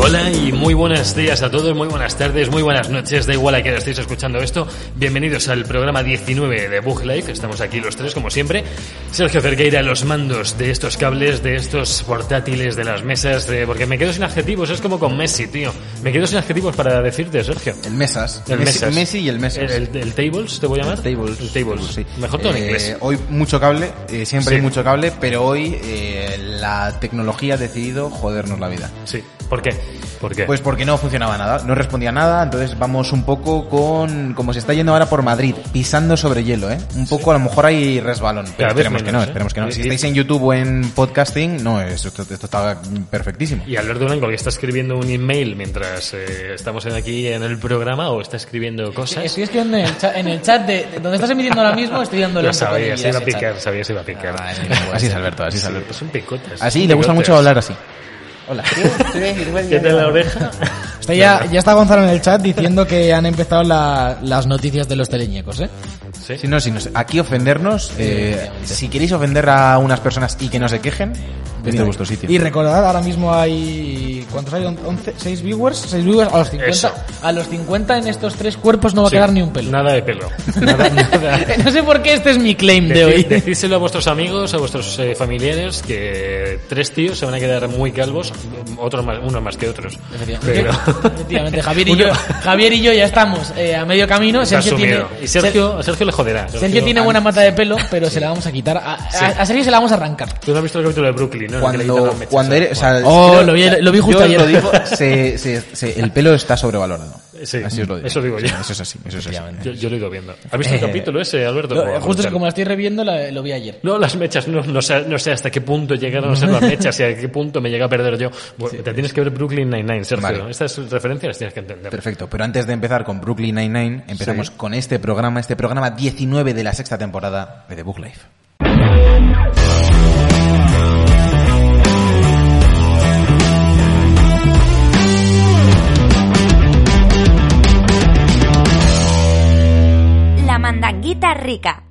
Hola y muy buenos días a todos, muy buenas tardes, muy buenas noches, da igual a que estéis escuchando esto. Bienvenidos al programa 19 de Bug Life, estamos aquí los tres como siempre. Sergio Cerqueira, los mandos de estos cables, de estos portátiles, de las mesas, de- porque me quedo sin adjetivos, es como con Messi, tío. Me quedo sin adjetivos para decirte, Sergio. El Mesas. El Messi, mesas. Messi y el Mesas. El, el- el Tables, te voy a llamar. Tables. El Tables, Sí. Mejor todo en Eh, inglés. Hoy mucho cable, eh, siempre Sí. hay mucho cable, pero hoy eh, la tecnología ha decidido jodernos la vida. Sí. ¿Por qué? ¿Por qué? Pues porque no funcionaba nada, no respondía nada, entonces vamos un poco con como se está yendo ahora por Madrid, pisando sobre hielo, ¿eh? Un poco a lo mejor hay resbalón, pero Cada vez esperemos que no, menos, ¿eh? esperemos que no. Si Y- estáis en YouTube o en podcasting, no, esto, esto está perfectísimo. Y Alberto Blanco, que está escribiendo un email mientras eh, estamos aquí en el programa o está escribiendo cosas. Estoy escribiendo en el chat, en el chat de, de donde estás emitiendo ahora mismo, estoy dándole Lo un poco de sabía, se guía iba a a ese chat. picar, sabía, se iba a picar. Ah, sí, así es Alberto, así es Alberto. Es un picote. Así, le gusta mucho hablar así. Hola. ¿Qué te la oreja? Está ya, ya está Gonzalo en el chat diciendo que han empezado la- las noticias de los teleñecos, ¿eh? Sí. Si no, si nos- aquí ofendernos, eh, si queréis ofender a unas personas y que no se quejen, este es vuestro sitio. Y recordad, ahora mismo hay... ¿Cuántos hay? 11, 6 viewers, 6 viewers a los 50. Eso. A los 50 en estos tres cuerpos no va a Sí. quedar ni un pelo. Nada de pelo. Nada, nada. No sé por qué este es mi claim de Decid- hoy. decídselo a vuestros amigos, a vuestros eh, familiares, que tres tíos se van a quedar muy calvos, otros más, unos más que otros. Pero... Efectivamente, Javier y yo, Javier y yo ya estamos eh, a medio camino. Está Sergio tiene, asumido. Y Sergio, a Sergio ah, le joderá. Sergio tiene buena mata de pelo, pero se la vamos a quitar. A, a- Sí. a Sergio se la vamos a arrancar. Tú no has visto el capítulo de Brooklyn, ¿no? En el que le quitan los cuando, mechas. cuando eres, o sea, Oh, creo- lo vi- lo vi justo yo ayer. Lo digo, se- se- se- el pelo está sobrevalorado. Sí, así os lo digo. eso digo yo. Eso es así, eso es así. Yo, yo lo he ido viendo. ¿Has visto el Eh, capítulo ese, Alberto? Lo- O- justo es o- como la estoy reviendo, la- lo vi ayer. No, las mechas, no, no, sé, no sé hasta qué punto llegaron a ser las mechas y a qué punto me llega a perder yo. Bueno, Te tienes que ver Brooklyn Nine-Nine, Sergio. Vale. Estas referencias las tienes que entender. Perfecto, pero antes de empezar con Brooklyn Nine-Nine, empezamos con este programa, este programa 19 de la sexta temporada de The Book Life. La mandanguita rica.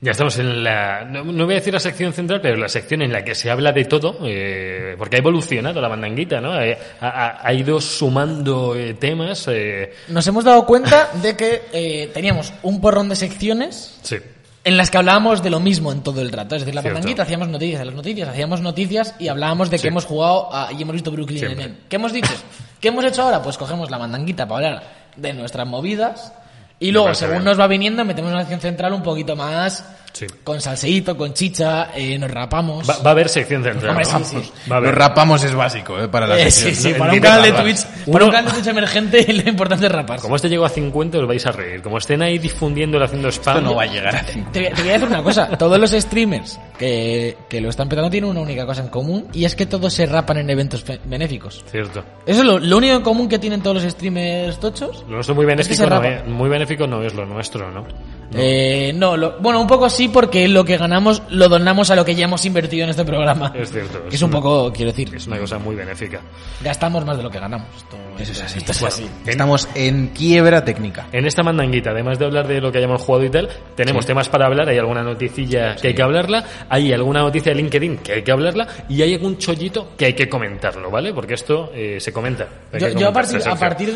Ya estamos en la. No, no voy a decir la sección central, pero la sección en la que se habla de todo, eh, porque ha evolucionado la mandanguita, ¿no? Eh, ha, ha- ha ido sumando eh, temas. eh, Nos hemos dado cuenta de que eh, teníamos un porrón de secciones sí. en las que hablábamos de lo mismo en todo el rato. Es decir, la Cierto. pandanguita, hacíamos noticias de las noticias, hacíamos noticias y hablábamos de que Sí. hemos jugado a- y hemos visto Brooklyn Siempre. Nine-Nine. ¿Qué hemos dicho? ¿Qué hemos hecho ahora? Pues cogemos la mandanguita para hablar de nuestras movidas y luego, parece según bien. nos va viniendo, metemos una sección central un poquito más Sí. con salseíto, con chicha, eh, nos rapamos. Va, va a haber sección central. Hombre, sí, sí. Va a Los haber. rapamos es básico, eh, para la Eh, sección. sí, sí, ¿no? para En un directo, canal de vale. Twitch, Uno- para un canal de Twitch emergente lo importante es raparse. Como este llegó a 50, os vais a reír. Como estén ahí difundiéndolo, haciendo spam. Esto no va a llegar a cinco. Te, voy a- te voy a decir una cosa. Todos los streamers que, que lo están petando tienen una única cosa en común y es que todos se rapan en eventos fe- benéficos. Cierto. Eso es lo, lo único en común que tienen todos los streamers tochos. Lo nuestro muy benéfico, Es que se no, rapa. es, muy benéfico no es lo nuestro, ¿no? Eh, no, lo- bueno, un poco sí porque lo que ganamos lo donamos a lo que ya hemos invertido en este programa. Es cierto. Que es un una- poco, quiero decir, Es una cosa muy benéfica. gastamos más de lo que ganamos. Esto, esto- esto es así. Estamos en quiebra técnica. En esta mandanguita, además de hablar de lo que hayamos jugado y tal, tenemos temas para hablar, hay alguna noticilla que hay que hablarla, hay alguna noticia de LinkedIn que hay que hablarla y hay algún chollito que hay que comentarlo, ¿vale? Porque esto eh, se comenta. Hay que Yo, yo a, comentarse, partir, a Sergio. partir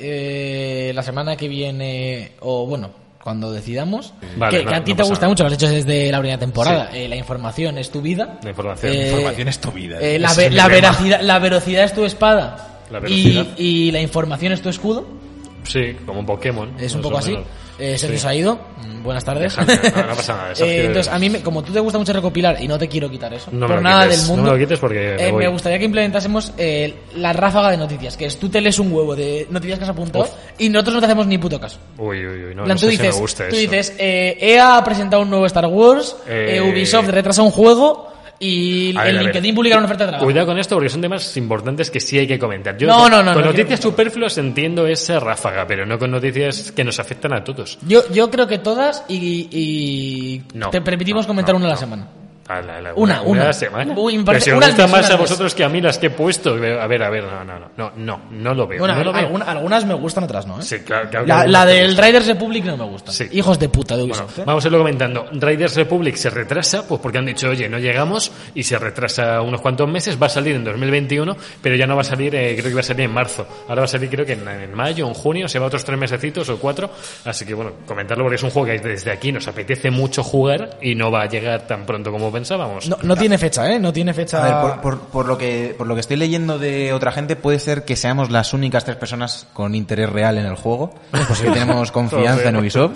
de eh, la semana que viene, o bueno, cuando decidamos, Vale, que, no- que a ti no te pasa gusta nada. mucho, lo has hecho desde la primera temporada, eh, la información es tu vida. La información. Eh, Información es tu vida. eh, la, Ese ve- es mi la lema. veracidad, la velocidad es tu espada La velocidad. y, y la información es tu escudo. Sí, como un Pokémon. Es un más poco o así. menos. Eh, Sergio Pues Sí. se ha ido. Mm, Buenas tardes. Déjame, no, no pasa nada, Sergio. Eh, entonces, a mí, me- como tú te gusta mucho recopilar, y no te quiero quitar eso, No me por lo nada quites, del no mundo, me lo quites porque me eh, voy. gustaría que implementásemos eh, la ráfaga de noticias, que es tú te lees un huevo de noticias que has apuntado y nosotros no te hacemos ni puto caso. Uy, uy, uy, no, En no plan, sé tú si dices, E me gusta tú eso. dices eh, EA ha presentado un nuevo Star Wars, Eh, eh, Ubisoft retrasa un juego Y A ver, a en ver. LinkedIn publicaron una oferta de trabajo. Cuidado con esto porque son temas importantes que sí hay que comentar. Yo No, con- no, no, Con no noticias quiero- superfluas entiendo esa ráfaga, pero no con noticias que nos afectan a todos. Yo, yo creo que todas y, y No, te permitimos no, comentar no, una a la no. semana. A la- la- una, Una, una. a la semana. Uy, me Pero parece- si os una al gusta mes, más una a al mes. vosotros que a mí las que he puesto. A ver, a ver, no, no, no, no, no, no, no lo veo. Bueno, no lo veo. alguna- algunas me gustan, otras no, ¿eh? Sí, claro, claro que La, alguna la te del gusta. Riders Republic no me gusta. Sí. Hijos de puta de Bueno, Ubisoft. vamos a irlo comentando. Riders Republic se retrasa, pues porque han dicho, oye, no llegamos y se retrasa unos cuantos meses. Va a salir en 2021, pero ya no va a salir, eh, creo que va a salir en marzo. Ahora va a salir, creo que en, en mayo, en junio, se va otros tres mesecitos o cuatro. Así que bueno, comentarlo porque es un juego que desde aquí nos apetece mucho jugar y no va a llegar tan pronto como pensábamos. No, no tiene fecha, ¿eh? No tiene fecha. A ver, por, por- por lo que, por lo que estoy leyendo de otra gente, puede ser que seamos las únicas tres personas con interés real en el juego. pues Porque tenemos confianza en Ubisoft.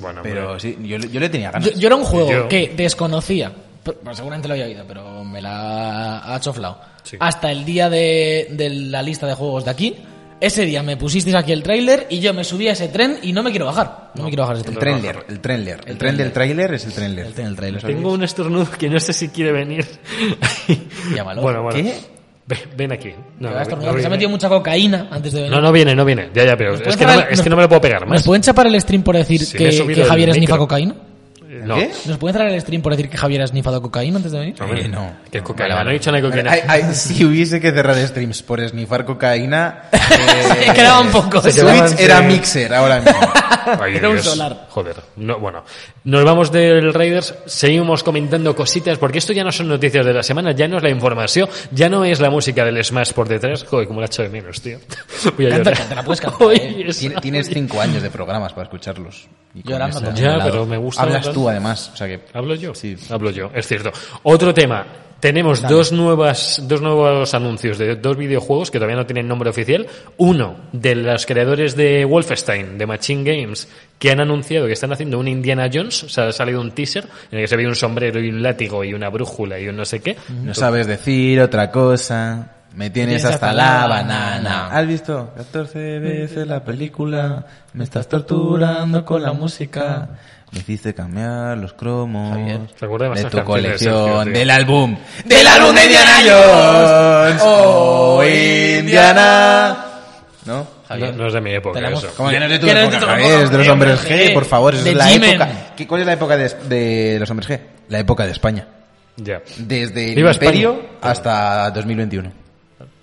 Bueno, Pero hombre. sí, yo, le- yo le tenía Yo, ganas. yo era un juego Yo- que desconocía. Pero- pero seguramente lo había oído, pero me la ha choflado. Sí. Hasta el día de, de la lista de juegos de aquí. Ese día me pusisteis aquí el tráiler y yo me subí a ese tren y no me quiero bajar. No, me quiero bajar de ese El tren. trailer, el trailer. El, tren del trailer es el trailer. El tren del trailer. Tengo un estornudo que no sé si quiere venir. Llámalo. Bueno, bueno. ¿Qué? Ven, ven aquí. No, Me no, va a estornudar, no que se ha viene. metido mucha cocaína antes de venir. No, no viene, no viene. Ya, ya, pero ¿Nos pueden es que, no me, parar- es que nos- no me lo puedo pegar ¿Nos más. pueden chapar el stream por decir Si me he que, subido que el Javier es micro. nifa cocaína? No. ¿Qué? ¿Nos pueden traer el stream por decir que Javier ha snifado cocaína antes de venir? Hombre, Eh, no. Que es cocaína. No he dicho nada de cocaína. Ay, ay, si hubiese que cerrar streams por snifar cocaína, eh, Se quedaba un poco. se quedaba- Switch era mixer ahora mismo. Ay, Era un Dios. solar. Joder. No, bueno, nos vamos del Raiders, seguimos comentando cositas, porque esto ya no son noticias de la semana, ya no es la información, ya no es la música del Smash por detrás. Joder, como la echo de menos, tío. Voy a Canta, llorar. canta, la puedes cantar, Oye, eh. esa- Tien- Tienes cinco años de programas para escucharlos. Y con Llorando ese con- Ya, lado. pero me gusta Hablas tanto. tú, además. O sea que... ¿Hablo yo? Sí. Hablo yo, es cierto. Otro tema. Tenemos dos nuevas, dos nuevos anuncios de dos videojuegos que todavía no tienen nombre oficial. Uno, de los creadores de Wolfenstein, de Machine Games, que han anunciado que están haciendo un Indiana Jones. O sea, ha salido un teaser en el que se ve un sombrero y un látigo y una brújula y un no sé qué. No sabes decir otra cosa. Me tienes, hasta, la banana. ¿Has visto 14 veces la película? Me estás torturando con la música. Me hiciste cambiar los cromos Recuerda de demasiadas tu canciones, Sergio, colección tío. del álbum del álbum de Indiana Jones. Oh, Indiana. ¿No? No, no es de mi época Tenemos- eso. Como que no es de tu Que no es época, de tu Javier, época, es de los hombre, hombres G, G, por favor, eso de es la G-Men. época. ¿Qué- ¿Cuál es la época de, de los hombres G? La época de España. Ya. Desde el Viva Imperio España. hasta 2021.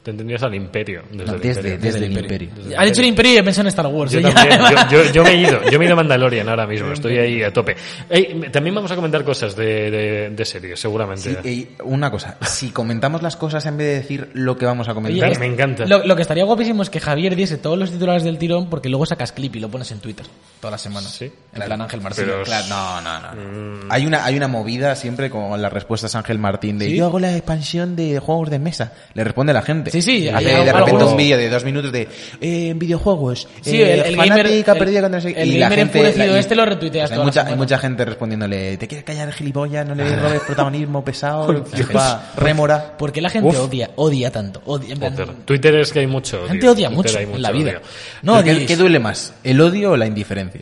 Te entendías al imperio. Desde, No, el desde, imperio. desde el Imperio. Desde Ha dicho el Imperio y he pensado en Star Wars. Yo ¿eh? Ya. también, yo, yo- yo me he ido, yo me he ido a Mandalorian ahora mismo, estoy ahí a tope. Ey, me- también vamos a comentar cosas de, de, de series, seguramente. Sí, eh, y una cosa, si comentamos las cosas en vez de decir lo que vamos a comentar, Oye, Me encanta. Lo, lo que estaría guapísimo es que Javier diese todos los titulares del tirón porque luego sacas clip y lo pones en Twitter todas las semanas. Sí. En plan Ángel Marcelo. Pero- Claro, no, no, no. Hay una, hay una movida siempre con las respuestas a Ángel Martín de ¿Sí? yo hago la expansión de juegos de mesa. Le responde la gente. Sí, sí, Hace hay de algo- repente algo- un vídeo de dos minutos de eh, videojuegos. Sí, eh, el- el Fnatic gamer- ha el- perdido contra no sé qué". el Y la gamer gente- enfurecido la- y- este lo retuiteas hay toda la mucha, hay semana. mucha gente respondiéndole, te quieres callar gilipollas, no le robes protagonismo pesado, chupa, rémora. ¿Por qué la gente Uf. odia, odia tanto? Odia, en plan- Joder, Twitter es que hay mucho. la odio. gente odia Twitter mucho, hay en la vida. odio. No Pero ¿qué, odiéis. qué duele más? ¿El odio o la indiferencia?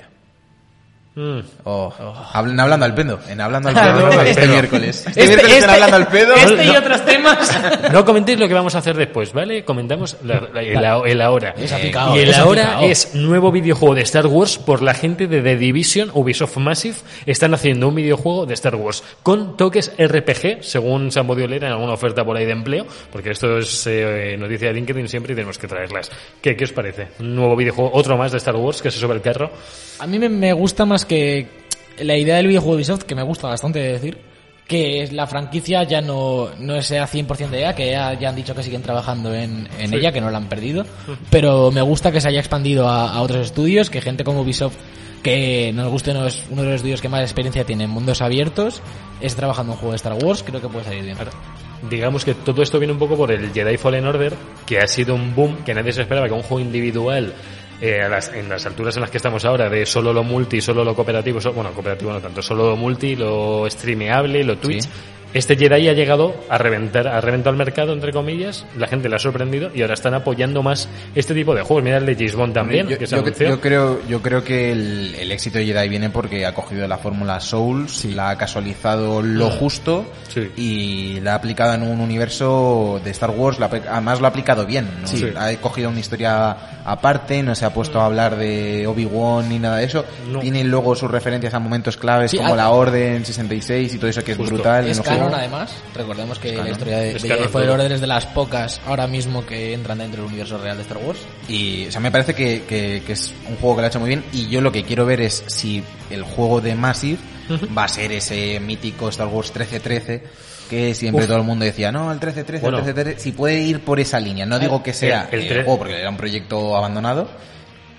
Mm. Oh, hablan- hablando al pedo, en hablando al Claro. pedo este Pero- miércoles. Este, miércoles en este- hablando al pedo. este y otros temas. No comentéis lo que vamos a hacer después, ¿vale? Comentamos la- la- el, a- el ahora. Esa ha picado, y el esa ha ahora picado. es nuevo videojuego de Star Wars por la gente de The Division, Ubisoft Massive. Están haciendo un videojuego de Star Wars con toques RPG, según se han podido leer en alguna oferta por ahí de empleo, porque esto es eh, noticia de LinkedIn siempre y tenemos que traerlas. ¿Qué, qué os parece? Un nuevo videojuego, otro más de Star Wars que se sube el carro. A mí me, me gusta más que la idea del videojuego de Ubisoft, que me gusta bastante decir, que es la franquicia ya no, no sea 100% de ella, que ya, ya han dicho que siguen trabajando en, en ella, que no la han perdido, pero me gusta que se haya expandido a, a otros estudios, que gente como Ubisoft, que nos guste, no es uno de los estudios que más experiencia tiene en mundos abiertos, es trabajando en un juego de Star Wars, creo que puede salir bien. digamos que todo esto viene un poco por el Jedi Fallen Order, que ha sido un boom que nadie se esperaba que un juego individual eh, a las- en las alturas en las que estamos ahora, de solo lo multi, solo lo cooperativo, so- bueno, cooperativo no tanto, solo lo multi, lo streameable, lo Twitch, Este Jedi ha llegado a reventar, ha reventado el mercado, entre comillas, la gente le ha sorprendido y ahora están apoyando más este tipo de juegos. Mira el de James Bond también, yo, que se yo- anunció. yo creo, yo creo que el, el éxito de Jedi viene porque ha cogido la fórmula Souls, la ha casualizado lo justo Mm. Sí. y la ha aplicado en un universo de Star Wars. la pe- además lo ha aplicado bien. ¿no? Sí. Ha cogido una historia aparte, no se ha puesto a hablar de Obi-Wan ni nada de eso. No. ah, Tiene luego sus referencias a momentos claves Sí, como ha- la Orden 66 y todo eso que Justo. es brutal. Es en el juego. canon, además. Recordemos que la historia de, Es de canon Jedi Fallen todo. Order es de las pocas ahora mismo que entran dentro del universo real de Star Wars. Y, o sea, me parece que, que- que es un juego que lo ha hecho muy bien. Y yo lo que quiero ver es si el juego de Massive va a ser ese mítico Star Wars 1313 que siempre todo el mundo decía, no, el 1313, Bueno. Ah, el 1313. Si puede ir por esa línea. No digo que sea el el, tre- juego porque era un proyecto abandonado,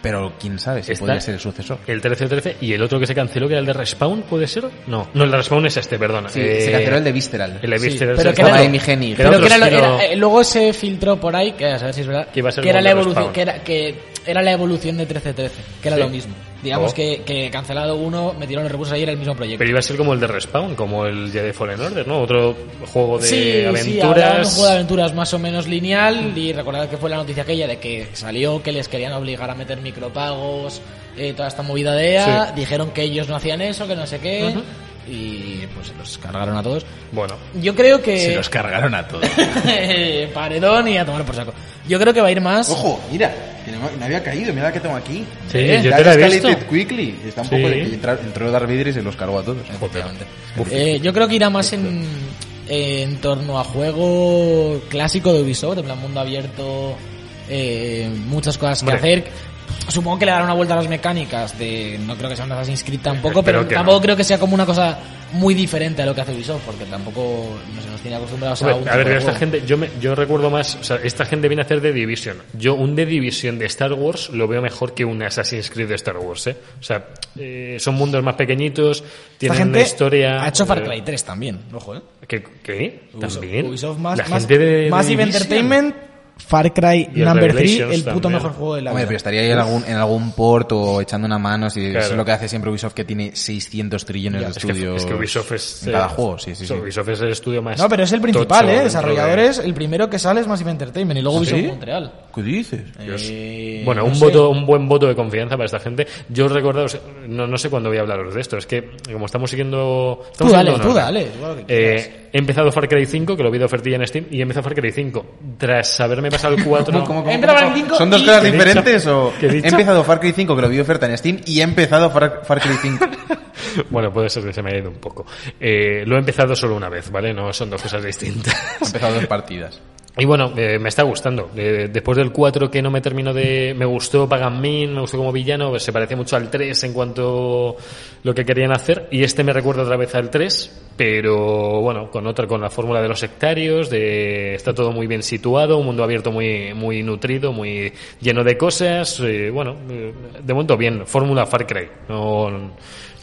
pero quién sabe si Está- puede ser el sucesor. El 13-13 y el otro que se canceló, que era el de Respawn, ¿puede ser? No, no, el de Respawn es este, perdona. Sí, Eh, se canceló el de Visceral. El de Sí, Visceral, pero sí, que estaba ahí. era- Amy Hennig. Era Pero otro que era lo- estilo- era- eh, luego se filtró por ahí, que a saber si es verdad, Que iba a ser era como la el evolución, Respawn. que era, que era la evolución de 1313, que era Sí. lo mismo. Digamos Oh. que, que cancelado uno, metieron los recursos ahí, era el mismo proyecto. Pero iba a ser como el de Respawn, como el Jedi Fallen Order, ¿no? Otro juego de Sí, habrá un aventuras. juego de aventuras más o menos lineal y recordad que fue la noticia aquella de que salió que les querían obligar a meter micropagos, eh, toda esta movida de EA, Sí. dijeron que ellos no hacían eso, que no sé qué y pues se los cargaron a todos. Bueno, Yo creo que Se los cargaron a todos. paredón y a tomar por saco. Yo creo que va a ir más Ojo, mira, que no me había caído, mira la que tengo aquí. Sí, Eh, yo te la he visto. quickly. Está un Sí. poco de que entra- entró Darth Vader y se los cargó a todos. Efectivamente. Eh, yo creo que irá más en, eh, en torno a juego clásico de Ubisoft, en plan mundo abierto, eh, muchas cosas que Hombre. hacer. Supongo que le dará una vuelta a las mecánicas de no creo que sea un Assassin's Creed tampoco, Espero pero que tampoco no. creo que sea como una cosa muy diferente a lo que hace Ubisoft, porque tampoco no se nos tiene acostumbrados a, Hombre, un a ver, tipo de pero esta juego. gente, yo, me, yo recuerdo más, o sea, esta gente viene a hacer The Division. Yo un The Division de Star Wars lo veo mejor que un Assassin's Creed de Star Wars, ¿eh? O sea, eh, son mundos más pequeñitos, tienen gente una historia... Ha hecho Far eh, Cry 3 también, ojo, eh. ¿Qué? qué? Ubisoft- ¿También? Ubisoft más- La más- gente de... Massive The Division. Entertainment, Far Cry Y el Number 3, el Revelations puto también. mejor juego de la Hombre, vida. pero estaría ahí en algún, en algún port o echando una mano. Si Claro. Eso es lo que hace siempre Ubisoft, que tiene 600 trillones de Es que, estudios. es que Ubisoft es... En cada eh, juego, sí, sí. sí. Ubisoft es el estudio más... No, pero es el principal, tocho ¿eh? dentro de- Desarrolladores, el primero que sale es Massive Entertainment y luego Ubisoft Ubisoft. Montreal. ¿Qué dices? Dios. Eh, Bueno, no un sé. voto, un buen voto de confianza para esta gente. Yo recordaros, no, no sé cuándo voy a hablaros de esto, es que como estamos siguiendo. Tú estamos dale, siguiendo tú una- dale. tú dale lo que quieras. Eh, he empezado Far Cry 5, que lo vi de ofertilla en Steam, y he empezado Far Cry 5. Tras haberme pasado el 4. ¿Cómo, cómo, He cómo, empezado cómo? el cinco ¿Son dos y- cosas ¿Qué he dicho? diferentes o...? ¿Qué he he, dicho? empezado Far Cry 5, que lo vi oferta en Steam, y he empezado Far, Far Cry 5. Bueno, puede ser que se me haya ido un poco. Eh, lo he empezado solo una vez, ¿vale? No son dos cosas distintas. he empezado dos partidas. Y bueno, eh, me está gustando. Eh, después del 4 que no me terminó de... Me gustó Pagan Min, me gustó como villano, pues se parecía mucho al 3 en cuanto lo que querían hacer. Y este me recuerda otra vez al 3, pero bueno, con otra, con la fórmula de los sectarios, de está todo muy bien situado, un mundo abierto muy, muy nutrido, muy lleno de cosas. eh, bueno, eh, de momento bien, fórmula Far Cry. No,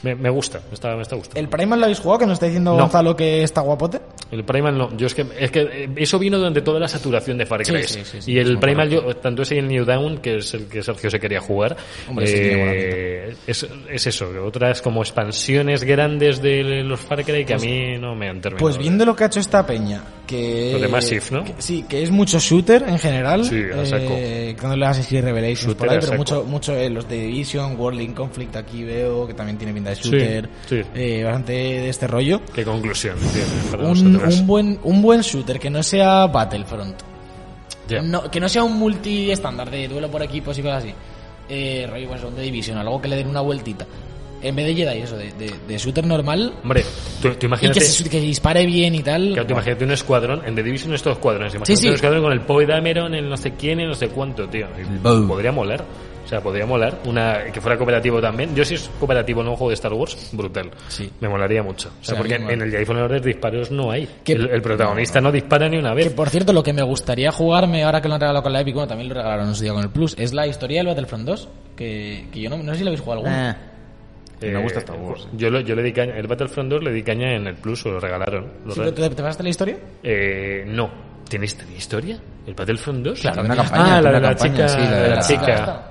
me, me gusta, me está, me está gustando. ¿El Primal lo habéis jugado? Que nos está diciendo No. Gonzalo que está guapote. El Primal no, yo es que, es que eh, eso vino durante toda la saturación de Far Cry. Sí, sí, sí, sí, y el Primal, yo, tanto ese y el New Down, que es el que Sergio se quería jugar, eh, Hombre, ese tiene buena es, es eso, que otras como expansiones grandes de los Far Cry Pues que a mí no me han terminado. Pues de- viendo lo que ha hecho esta peña, que... Lo de Massive, ¿no? que- sí, que es mucho shooter en general. Sí, a saco. eh, cuando le das Creed Revelations Shooter por ahí, a pero saco. mucho, mucho eh, los de Division, World in Conflict aquí veo, que también tiene pinta de shooter. sí. eh, bastante de este rollo. ¿Qué conclusión tiene para un, nosotros? un buen un buen shooter que no sea Battlefront Ya. no, que no sea un multi estándar de duelo por equipos y cosas así eh, rollo pues, un de división algo que le den una vueltita en vez de Jedi eso de, de- de shooter normal Hombre, tú, tú y imagínate... que se, que se dispare bien y tal Claro, tú imagínate un escuadrón, en The Division es todo escuadrones, imagínate sí. un escuadrón con el Poe Dameron, el no sé quién, el no sé cuánto, tío. Bow. Podría molar. O sea, podría molar una que fuera cooperativo también. Yo si es cooperativo en un juego de Star Wars, brutal. Sí. Me molaría mucho. O sea, Sí, a mí porque me mola. en el Jedi Fallen Order disparos no hay. Que- El, el protagonista no, dispara ni una que vez. por cierto lo que me gustaría jugarme ahora que lo han regalado con la Epic bueno también lo regalaron un día con el Plus es la historia del Battlefront 2 que, que yo no, no sé si lo habéis jugado alguno Eh, me gusta Star Wars, eh. Yo, lo- yo le di caña, el Battlefront 2 le di caña en el Plus, o lo regalaron. Lo Sí, re- pero ¿Te, te pasaste la historia? Eh, no. ¿Tienes historia? ¿El Battlefront 2? Claro, una Ah, campaña, la una de la campaña, chica. sí, la de la la- chica. Ah,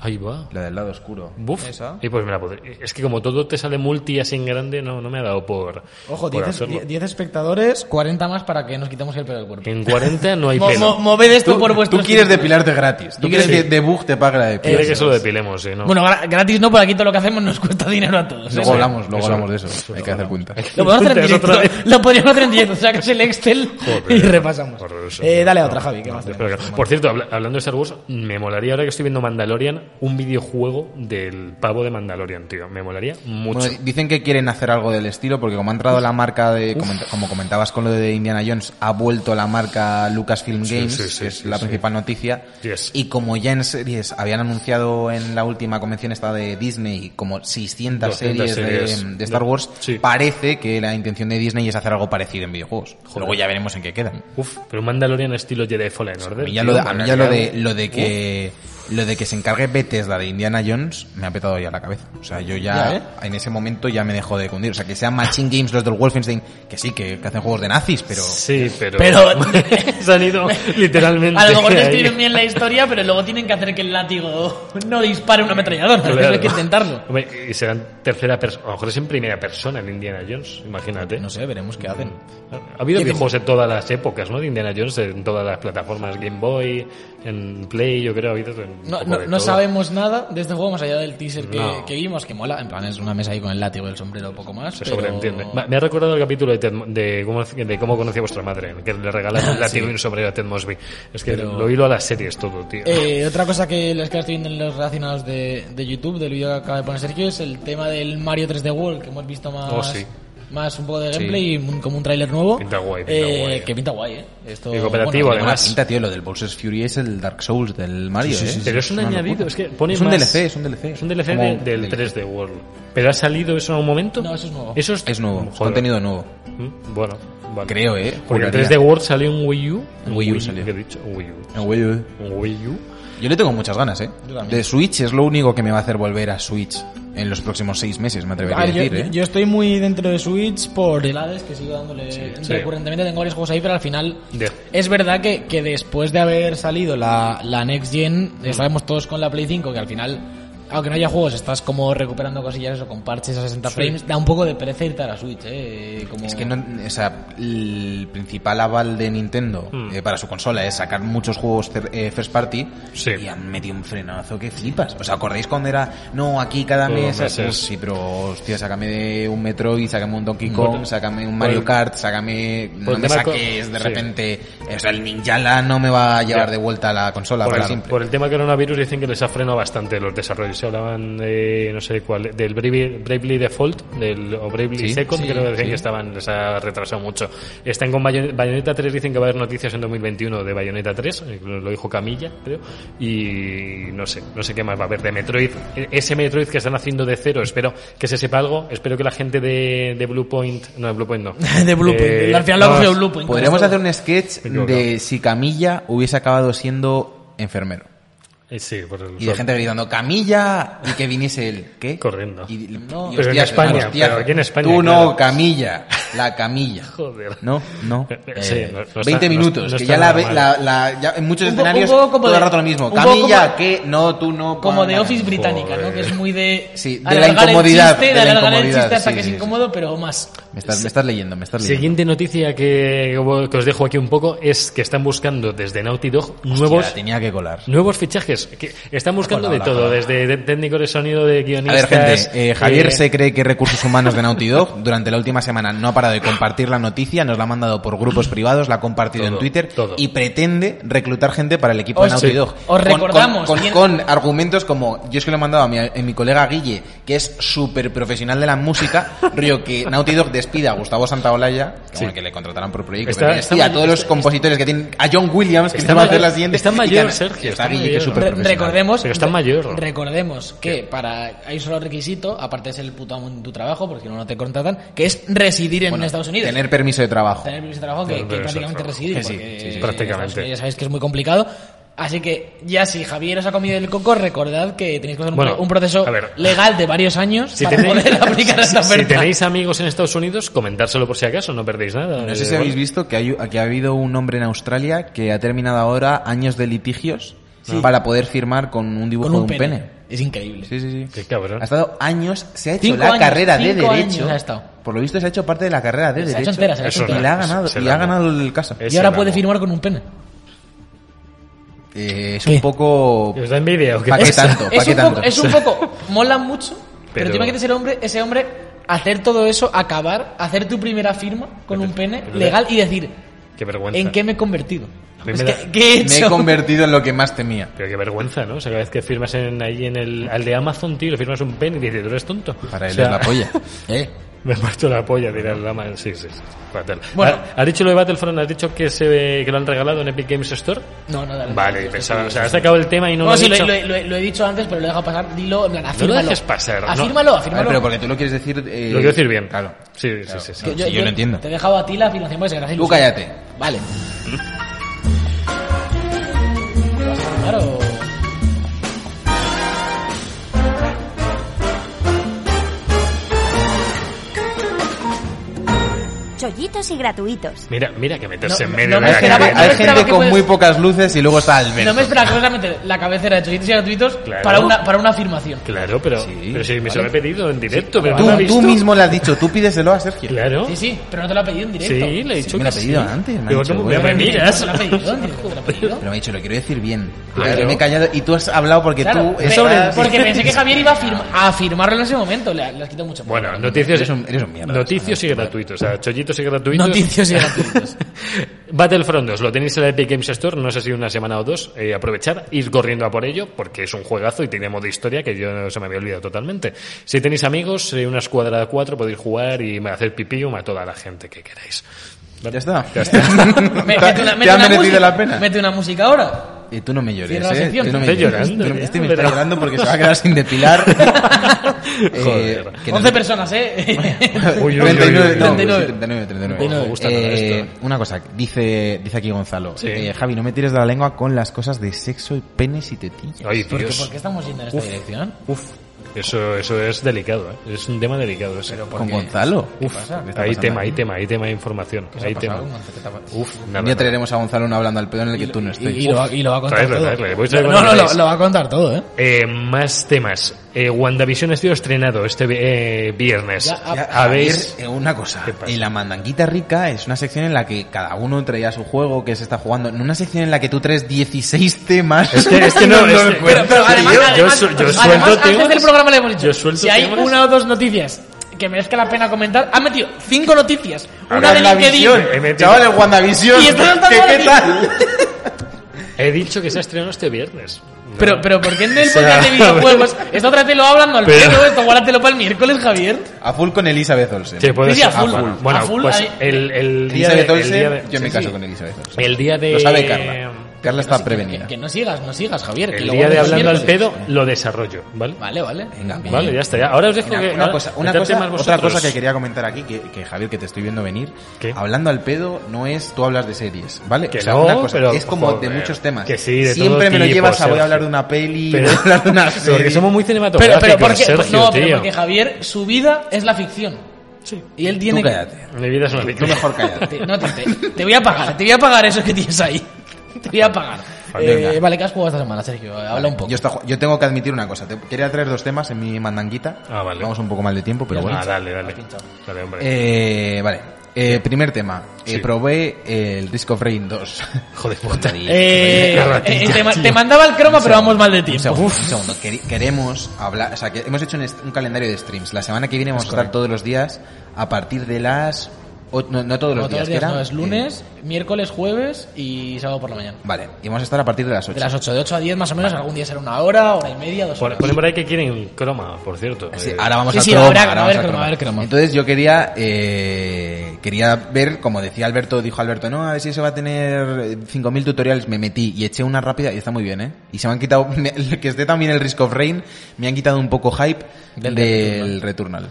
Ahí va. La del lado oscuro. Buf. Esa. Y pues me la podré- Es que como todo te sale multi así en grande, no, no me ha dado por. Ojo, por 10 hacerlo. diez espectadores. 40 más para que nos quitemos el pelo del cuerpo. En 40 no hay Mo- mo- pelo. moved esto Tú, por tú vuestros... quieres depilarte gratis. Tú Yo quieres creo que que- Debug te pague la depilación. Quiere que solo depilemos, sí, ¿no? Bueno, gra- gratis no, por aquí todo lo que hacemos nos cuesta dinero a todos. Luego ¿eh? hablamos, luego Eso- hablamos de eso. Hay que hacer cuenta. Lo podemos hacer en Entonces, directo. otra vez. Lo podríamos hacer en directo. Sacas el Excel Joder, y repasamos. horroroso. Eh, dale a otra, No, Javi, que no, más pero tenemos. claro. Por cierto, habla- hablando de Star Wars, me molaría ahora que estoy viendo Mandalorian, un videojuego del pavo de Mandalorian, tío. Me molaría mucho. Bueno, dicen que quieren hacer algo del estilo porque como ha entrado la marca de como, como comentabas con lo de Indiana Jones ha vuelto la marca Lucasfilm Sí, Games sí, sí, que es sí, la sí. principal noticia Yes. y como ya en series habían anunciado en la última convención esta de Disney como 600 200 series, de- series. de, Star Wars Sí. parece que la intención de Disney es hacer algo parecido en videojuegos Joder. luego ya veremos en qué quedan Uf, pero un Mandalorian estilo Jedi Fallen a Order. mí ya, tío, lo de, a mí ya lo de molaría. lo de que lo de que se encargue Bethesda de Indiana Jones me ha petado ya la cabeza. O sea, yo ya, Ya, ¿eh? en ese momento ya me dejó de cundir. O sea, que sean Machine Games los del Wolfenstein, que sí, que, que hacen juegos de nazis, pero Sí, pero. Pero- se han ido literalmente. A lo mejor no ahí. escriben bien la historia, pero luego tienen que hacer que el látigo no dispare un ametrallador. Claro. Hay que intentarlo. Hombre, y serán tercera persona. A lo mejor es en primera persona en Indiana Jones, imagínate. no sé, veremos qué hacen. Ha habido videojuegos en todas las épocas, ¿no? De Indiana Jones, en todas las plataformas, Game Boy, en Play, yo creo, ha habido. en un No, poco no- de no todo. sabemos nada de este juego más allá del teaser que, No. que vimos, que mola. En plan, es una mesa ahí con el látigo y el sombrero, poco más. Se pero- sobreentiende. Ma- Me ha recordado el capítulo de, Ted Mo- de, cómo, de cómo conocí a vuestra madre, en el que le regalaron la TV sobre a Ted Mosby. Es que Pero- lo hilo a las series todo, tío. Eh, otra cosa que les que estoy viendo en los relacionados de, de YouTube, del vídeo que acaba de poner Sergio, es el tema del Mario 3D World, que hemos visto más, Oh, sí. más un poco de gameplay y un- como un tráiler nuevo. Pinta guay, pinta eh, guay. Que pinta guay, ¿eh? Esto, Y cooperativo, bueno, además. Pinta, tío, lo del Bowser's Fury es el Dark Souls del Mario, ¿eh? Pero es un una añadido, locura. es que pone Es un más- DLC, es un DLC. Es un DLC Como- de- del 3D World. ¿Pero ha salido eso a un momento? No, eso es nuevo. Eso es, Es nuevo, es Joder. contenido nuevo. Mm, Bueno, vale. Creo, ¿eh? Porque el Juraría. 3D World salió en Wii U. En Wii U salió. ¿Qué he dicho? Wii U. Ah, güey, güey. En Wii U. Yo le tengo muchas ganas, ¿eh? De Switch es lo único que me va a hacer volver a Switch en los próximos seis meses, me atrevería Ah, A a ver, yo, decir, ¿eh? yo- yo estoy muy dentro de Switch por el el Hades, que sigo dándole sí. recurrentemente. Tengo varios juegos ahí, pero al final. De- Es verdad que, que después de haber salido la, la Next Gen, Mm. eh, sabemos todos con la Play 5 que al final, aunque no haya juegos, estás como recuperando cosillas o con parches a 60 frames. Da un poco de pereza irte a la Switch, ¿eh? Como... Es que no, o sea, el principal aval de Nintendo Hmm. eh, para su consola es sacar muchos juegos cer- eh, first party Sí. y han metido un frenazo que flipas. ¿Os acordáis cuando era, no, aquí cada Todos mes? los meses. pues sí, pero hostia, sácame de un Metroid, sácame un Donkey Kong, Por- sácame un por Mario el- Kart, sácame... No el tema me Pues co- saques de sí. repente... O sea, el Ninjala no me va a llevar Ya. de vuelta a la consola Por para el, siempre. por el tema coronavirus dicen que les ha frenado bastante los desarrollos. Se hablaban de, no sé cuál, del Bravely, Bravely Default del, o Bravely Sí, Second, sí, creo que decían sí. que estaban, les ha retrasado mucho. Están con Bayon- Bayonetta 3, dicen que va a haber noticias en 2021 de Bayonetta 3, eh, lo lo dijo Camilla, creo, y no sé, no sé qué más va a haber de Metroid. E- Ese Metroid que están haciendo de cero, espero que se sepa algo, espero que la gente de, de Blue Point, no, de Blue Point no. de Blue Eh, Al final lo no, ha cogido Blue Point. Podríamos como hacer un sketch Me he equivocado. de si Camilla hubiese acabado siendo enfermero. eh, Sí, por el Y de gente gritando, Camilla, y que viniese el, ¿qué? Corriendo. Y- No. y Pero en hostiazo, España, hostiazo. pero aquí en España, Tú claro. no, Camilla, la Camilla. Joder. No, no. Eh, eh, sí, no- no está- 20 no- minutos, no que está ya, la, nada ve- mal. la- la- ya en muchos Un po- escenarios un poco como todo de- el rato lo mismo. un poco Camilla, como- que no, tú no. como pa- de na- Office na- británica, ¿no? Joder. Que es muy de. eh. Sí, de la alargar el incomodidad, chiste, de de la alargar el incomodidad, chiste hasta sí, que es sí, sí. incómodo, pero más. Me estás, me estás leyendo, me estás leyendo. Siguiente noticia que, que os dejo aquí un poco es que están buscando desde Naughty Dog nuevos, Ya, tenía que colar. nuevos fichajes. Que están buscando Hola, de hola, todo, hola. desde de- técnicos de sonido, de A guionistas. ver, gente, eh, Javier eh, se cree que Recursos Humanos de Naughty Dog durante la última semana no ha parado de compartir la noticia, nos la ha mandado por grupos privados, la ha compartido Todo, en Twitter todo. y pretende reclutar gente para el equipo Os- de Naughty sí. Dog. Os Con, recordamos, con- bien- con argumentos como, yo es que lo he mandado a mi, a mi colega Guille, que es súper profesional de la música, río que Naughty Dog despida a Gustavo Santaolalla, que, bueno, que le contratarán por proyecto, Está- pero que está despida a mayor- todos los está- compositores que tienen, a John Williams, que Está se va a hacer mayor- la siguiente. está y que- mayor, Sergio, Está está Guille, que mayor. es súper Re- profesional. recordemos Pero está re- mayor. recordemos que para hay solo requisito aparte de ser el puto amo en tu trabajo porque no no te contratan que es residir en Bueno, Estados Unidos Tener permiso de trabajo. Tener permiso de trabajo que, Tener que permiso de prácticamente trabajo. reside Que sí, porque sí, sí. en Prácticamente. Estados Unidos ya sabéis que es muy complicado así que ya si Javier os ha comido el cocor recordad que tenéis que hacer un, Bueno, pro- un proceso a ver. legal de varios años Si para tenéis, poder aplicar esta si- si oferta tenéis amigos en Estados Unidos, comentárselo por si acaso, no perdéis nada. No Eh, sé si habéis bueno, visto que, hay, que ha habido un hombre en Australia que ha terminado ahora años de litigios ¿no? para poder firmar con un dibujo Con un de un pene. pene. Es increíble. Sí, sí, sí. Qué cabrón. Ha estado años, se ha hecho Cinco la años, carrera de cinco derecho. años ha estado. Por lo visto se ha hecho parte de la carrera de Se ha derecho. hecho entera, se ha hecho y entera. la ha ganado, Se y la ha ha ganado. ganado el caso. Es y ahora el puede amo. firmar con un pene. Eh, es ¿Qué? un poco ¿Y ¿Os da envidia o qué? Pues, ¿Pa' qué tanto? ¿Para Es qué un, tanto? poco, es un poco, mola mucho, pero, Pero- te imaginas el hombre, ese hombre hacer todo eso, acabar, hacer tu primera firma con un pene pero- legal y decir, Qué vergüenza. ¿en qué me he convertido? A mí Es me que, da- ¿qué he me he hecho? convertido en lo que más temía. Pero qué vergüenza, ¿no? O sea, cada vez que firmas en, ahí en el, al de Amazon, tío, le firmas un pen y dices, tú eres tonto. Para él O sea, es la polla. ¿Eh? Me he puesto la polla, dirá el lama. Sí, sí, sí. Fatal. Bueno. Ha- ¿Has dicho lo de Battlefront? ¿Has dicho que, se, que lo han regalado en Epic Games Store? No, nada. no, Vale, no, pensaba, no, o sea, has sacado el tema y no no, lo has sí, lo, dicho. lo- lo- lo he dicho antes, pero lo he dejado pasar. Dilo, en plan, No lo afírmalo. dejes pasar. no. Afírmalo, A ver, afírmalo. pero porque tú lo quieres decir... eh, Lo quiero decir bien. Claro. Sí, sí, sí. sí. Que sí, yo lo entiendo. Te he dejado a ti la afirmación porque se gracia. Tú cállate. Vale. ¿Lo vas a firmar o...? Chollitos y gratuitos. Mira, mira que meterse No, en medio de no me la esperaba- calle. no me Hay esperaba gente que con puedes- muy pocas luces y luego está Alberto. No me esperaba que vas a meter la cabecera de choquitos y gratuitos Claro. para, una, para una afirmación. Claro, pero, Sí, pero si me se lo he pedido en directo, pero no lo ha Tú, visto. tú mismo le has dicho, tú pídeselo a Sergio. Claro. Sí, sí, pero no te lo ha pedido en Sí, directo. le he dicho me que lo ha pedido sí. antes, me ha Digo, dicho, ¿cómo bueno. me miras? ¿Te lo ha pedido? en directo, ¿Te lo ha pedido? Pero me ha dicho, lo quiero decir bien. Claro. Yo me he callado y tú has hablado porque Claro, tú... me- estás- porque pensé que Javier iba a, firma- a firmarlo en ese momento. Le, le has quitado mucho. Bueno, noticias, Eres un- eres un mierda. noticias y gratuitos. O sea, chollitos y gratuitos. Noticias y gratuitos. Battlefront 2, lo tenéis en la Epic Games Store, no sé si una semana o dos, eh, aprovechad, ir corriendo a por ello, porque es un juegazo y tiene modo historia que yo se me había olvidado totalmente. Si tenéis amigos, eh, una escuadra de cuatro, podéis jugar y hacer pipium a toda la gente que queráis. Ya está. Ya está. Me- Te- mete una- te mete ha una merecido música- la pena. Mete una música ahora. Eh, tú no me llores, Cierra la ¿eh? sección. Tú no me Estoy llores. llorando, Tú no me- ya, este me está pero- llorando porque se va a quedar sin depilar. Eh, Joder. que no- 11 personas, ¿eh? Uy, uy, uy, 39, uy, no, uy. 39, 39, 39. Como me gusta todo Eh, esto, una cosa, dice, dice aquí Gonzalo. Sí. eh, Javi, no me tires de la lengua con las cosas de sexo y penes y tetillas. Ay, ¿Por qué, Dios. por qué estamos yendo en esta dirección? Eso, eso es delicado, ¿eh? es un tema delicado. ese. Con Gonzalo. Uf, ¿Qué está hay pasando tema, aquí? hay tema, hay tema de información. Hay tema. Uf, nada, Un día nada. traeremos a Gonzalo un hablando al pedo en el que tú no Y, estés. y lo, va- y lo va a contar Traedlo, todo. traedlo, voy a traer no, no, cuando lo, lo va a contar todo, ¿eh? Eh, más temas. Eh, WandaVision ha sido estrenado este vi- eh, viernes. Ya, Ya, Habéis... Javier, eh, una cosa. ¿Qué pasa? En la mandanguita rica es una sección en la que cada uno traía su juego que se está jugando. En una sección en la que tú traes 16 temas. Es que, es que no, es que- Pero, pero además, yo, yo además- su- yo además, suelto antes temas. del programa le hemos dicho, Yo suelto si hay temas. una o dos noticias que merezca la pena comentar, han metido cinco noticias, una de WandaVision. LinkedIn. He metido- Chavales, WandaVision. Y estás hablando ¿Qué, de qué ti. tal? He dicho que se ha estrenado este viernes. No. Pero, pero, ¿por qué en el sea, podcast de videojuegos esto otra vez te lo hablando al Pero- pelo, esto guárdatelo para el miércoles, Javier? A full con Elizabeth Olsen. Sí, puede Sí, sí, a ser. ah, full. bueno, A bueno, full, pues ahí- el, el día de... Elizabeth El Olsen, día de- yo me sí, caso sí. con Elizabeth Olsen. El día de... Lo sabe Carla. Carla está prevenida. Que, que no sigas, no sigas, Javier. que El lo día de guardas el hablando al miércoles. pedo lo desarrollo, ¿vale? Vale, vale. Venga, bien. Vale, ya está. ya. Ahora os dejo Una, que... una ahora, cosa, una meter cosa- temas otra vosotros. cosa que quería comentar aquí, que, que, Javier, que te estoy viendo venir, ¿Qué? hablando al pedo no es tú hablas de series, ¿vale? Que o sea, no, una cosa, pero, es como joder, de muchos temas. que sí, de Siempre todo me lo tipo, llevas a voy a Sergio. hablar de una peli, Pero- voy a hablar de una Porque serie. somos muy Pero, cinematográficos, pero, porque, Sergio, no, pero tío. porque Javier, su vida es la ficción. Y él tiene Tú que- cállate. Mi vida es una Tú película. mejor cállate. Te, no, te, te- te voy a pagar, te voy a pagar eso que tienes ahí. Te voy a pagar. Pues Venga. Eh, vale, ¿qué has jugado esta semana, Sergio? Habla un poco. Yo, esta- yo tengo que admitir una cosa. Te- quería traer dos temas en mi mandanguita. Ah, vale. Vamos un poco mal de tiempo, pero bueno. Ah, dale, dale. Dale, hombre. Eh, vale. Eh, primer tema. Eh, Sí. probé eh, el Risk of Rain 2. Hijo de puta. Eh, Qué ratilla, eh, te, ma- tío. te mandaba el croma, pero vamos mal de Un tiempo. segundo, un segundo. Quere- queremos hablar, o sea, que hemos hecho un, est- un calendario de streams. La semana que viene vamos a estar todos los días a partir de las o- no, no todos No, los días, todos los que días, eran, no, es lunes, miércoles, jueves y sábado por la mañana. eh, vale, y vamos a estar a partir de las 8. De las 8, de 8 a 10 más o menos, algún día será una hora, hora y media, dos Pon- horas. Ponen por ahí que quieren croma, por cierto. Sí, Eh, ahora vamos Sí, a sí, croma, habrá- ahora a vamos ver a croma, croma. a ver croma. Entonces yo quería eh, quería ver, como decía Alberto, dijo Alberto, no, a ver si eso va a tener eh, 5000 tutoriales, me metí y eché una rápida y está muy bien, ¿eh? Y se me han quitado me- el que esté también el Risk of Rain, me han quitado un poco hype del, Returnal.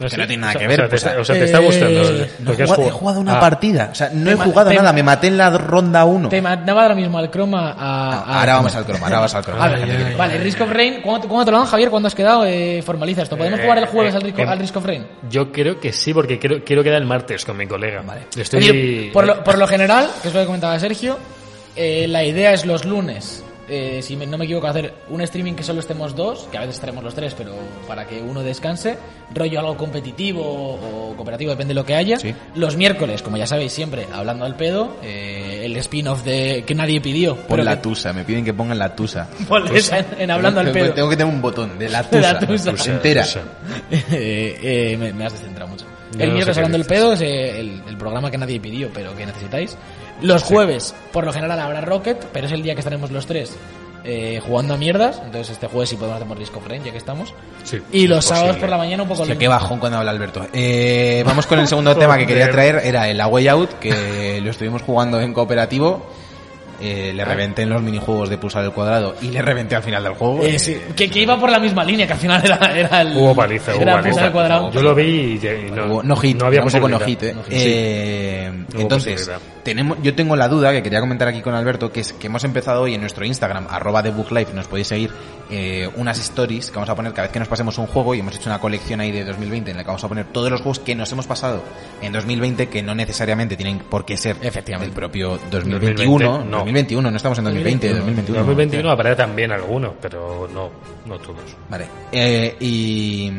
¿Ah, sí? que no tiene O nada sea, que ver, O sea, te, pues, está, o sea, te está eh, gustando. No lo he que has jugado, he jugado. jugado una Ah, partida. O sea, no he Tema- jugado tema- nada. Me maté en la ronda 1. Te mandaba ahora mismo al croma a... a- Ah, Ahora vamos al croma, ahora vas al croma. A ver, vale, Risk of Rain, ¿cuándo, cuándo te lo dan, Javier? ¿Cuándo has quedado? Eh, formaliza esto. ¿Podemos Eh, jugar el jueves al, Risk, eh, al Risk of Rain? Yo creo que sí, porque quiero, quiero quedar el martes con mi colega. Vale. Estoy... Oye, por, lo, por lo general, que es lo que comentaba Sergio, eh, la idea es los lunes eh, si me- no me equivoco, hacer un streaming que solo estemos dos, que a veces estaremos los tres, pero para que uno descanse, rollo algo competitivo o cooperativo, depende de lo que haya. Sí. Los miércoles, como ya sabéis siempre, hablando al pedo, eh, el spin-off de que nadie pidió. Pon pero la que- tusa, me piden que pongan la tusa. Ponle esa en, en hablando al Pues Tengo que- pedo. Tengo que tener un botón de la De tusa. la tusa. Tusa, entera. tusa. Eh, eh, me, me has descentrado mucho. Ya El lo miércoles sé hablando que del pedo es eh, el, el programa que nadie pidió, pero que necesitáis. Los jueves, por lo general, habrá Rocket, pero es el día que estaremos los tres eh, jugando a mierdas. Entonces, este jueves sí podemos hacer Disco Friend, ya que estamos. Sí, y es los sábados posible. por la mañana un poco Hostia, lento. qué bajón cuando habla Alberto. Eh, vamos con el segundo tema que quería Joder. traer, era el A Way Out, que lo estuvimos jugando en cooperativo. Eh, Ah. le reventé en los minijuegos de pulsar el cuadrado y le reventé al final del juego. Eh, sí, que, que iba por la misma línea, que al final era, era el. Hubo paliza, hubo era paliza. pulsar el cuadrado. Yo lo vi y, y no, Hubo- no hit, no había era un poco no posibilidad. hit, eh. Sí. Eh, hubo entonces, posibilidad. tenemos, yo tengo la duda que quería comentar aquí con Alberto, que es que hemos empezado hoy en nuestro Instagram, arroba de Booklife, nos podéis seguir eh, unas stories que vamos a poner cada vez que nos pasemos un juego y hemos hecho una colección ahí de 2020 en la que vamos a poner todos los juegos que nos hemos pasado en 2020 que no necesariamente tienen por qué ser Efectivamente. el propio 2021. 2020, no. 2021, no estamos en 2020, 2021. 2021 aparece también alguno, pero no, no todos. Vale. Eh, y,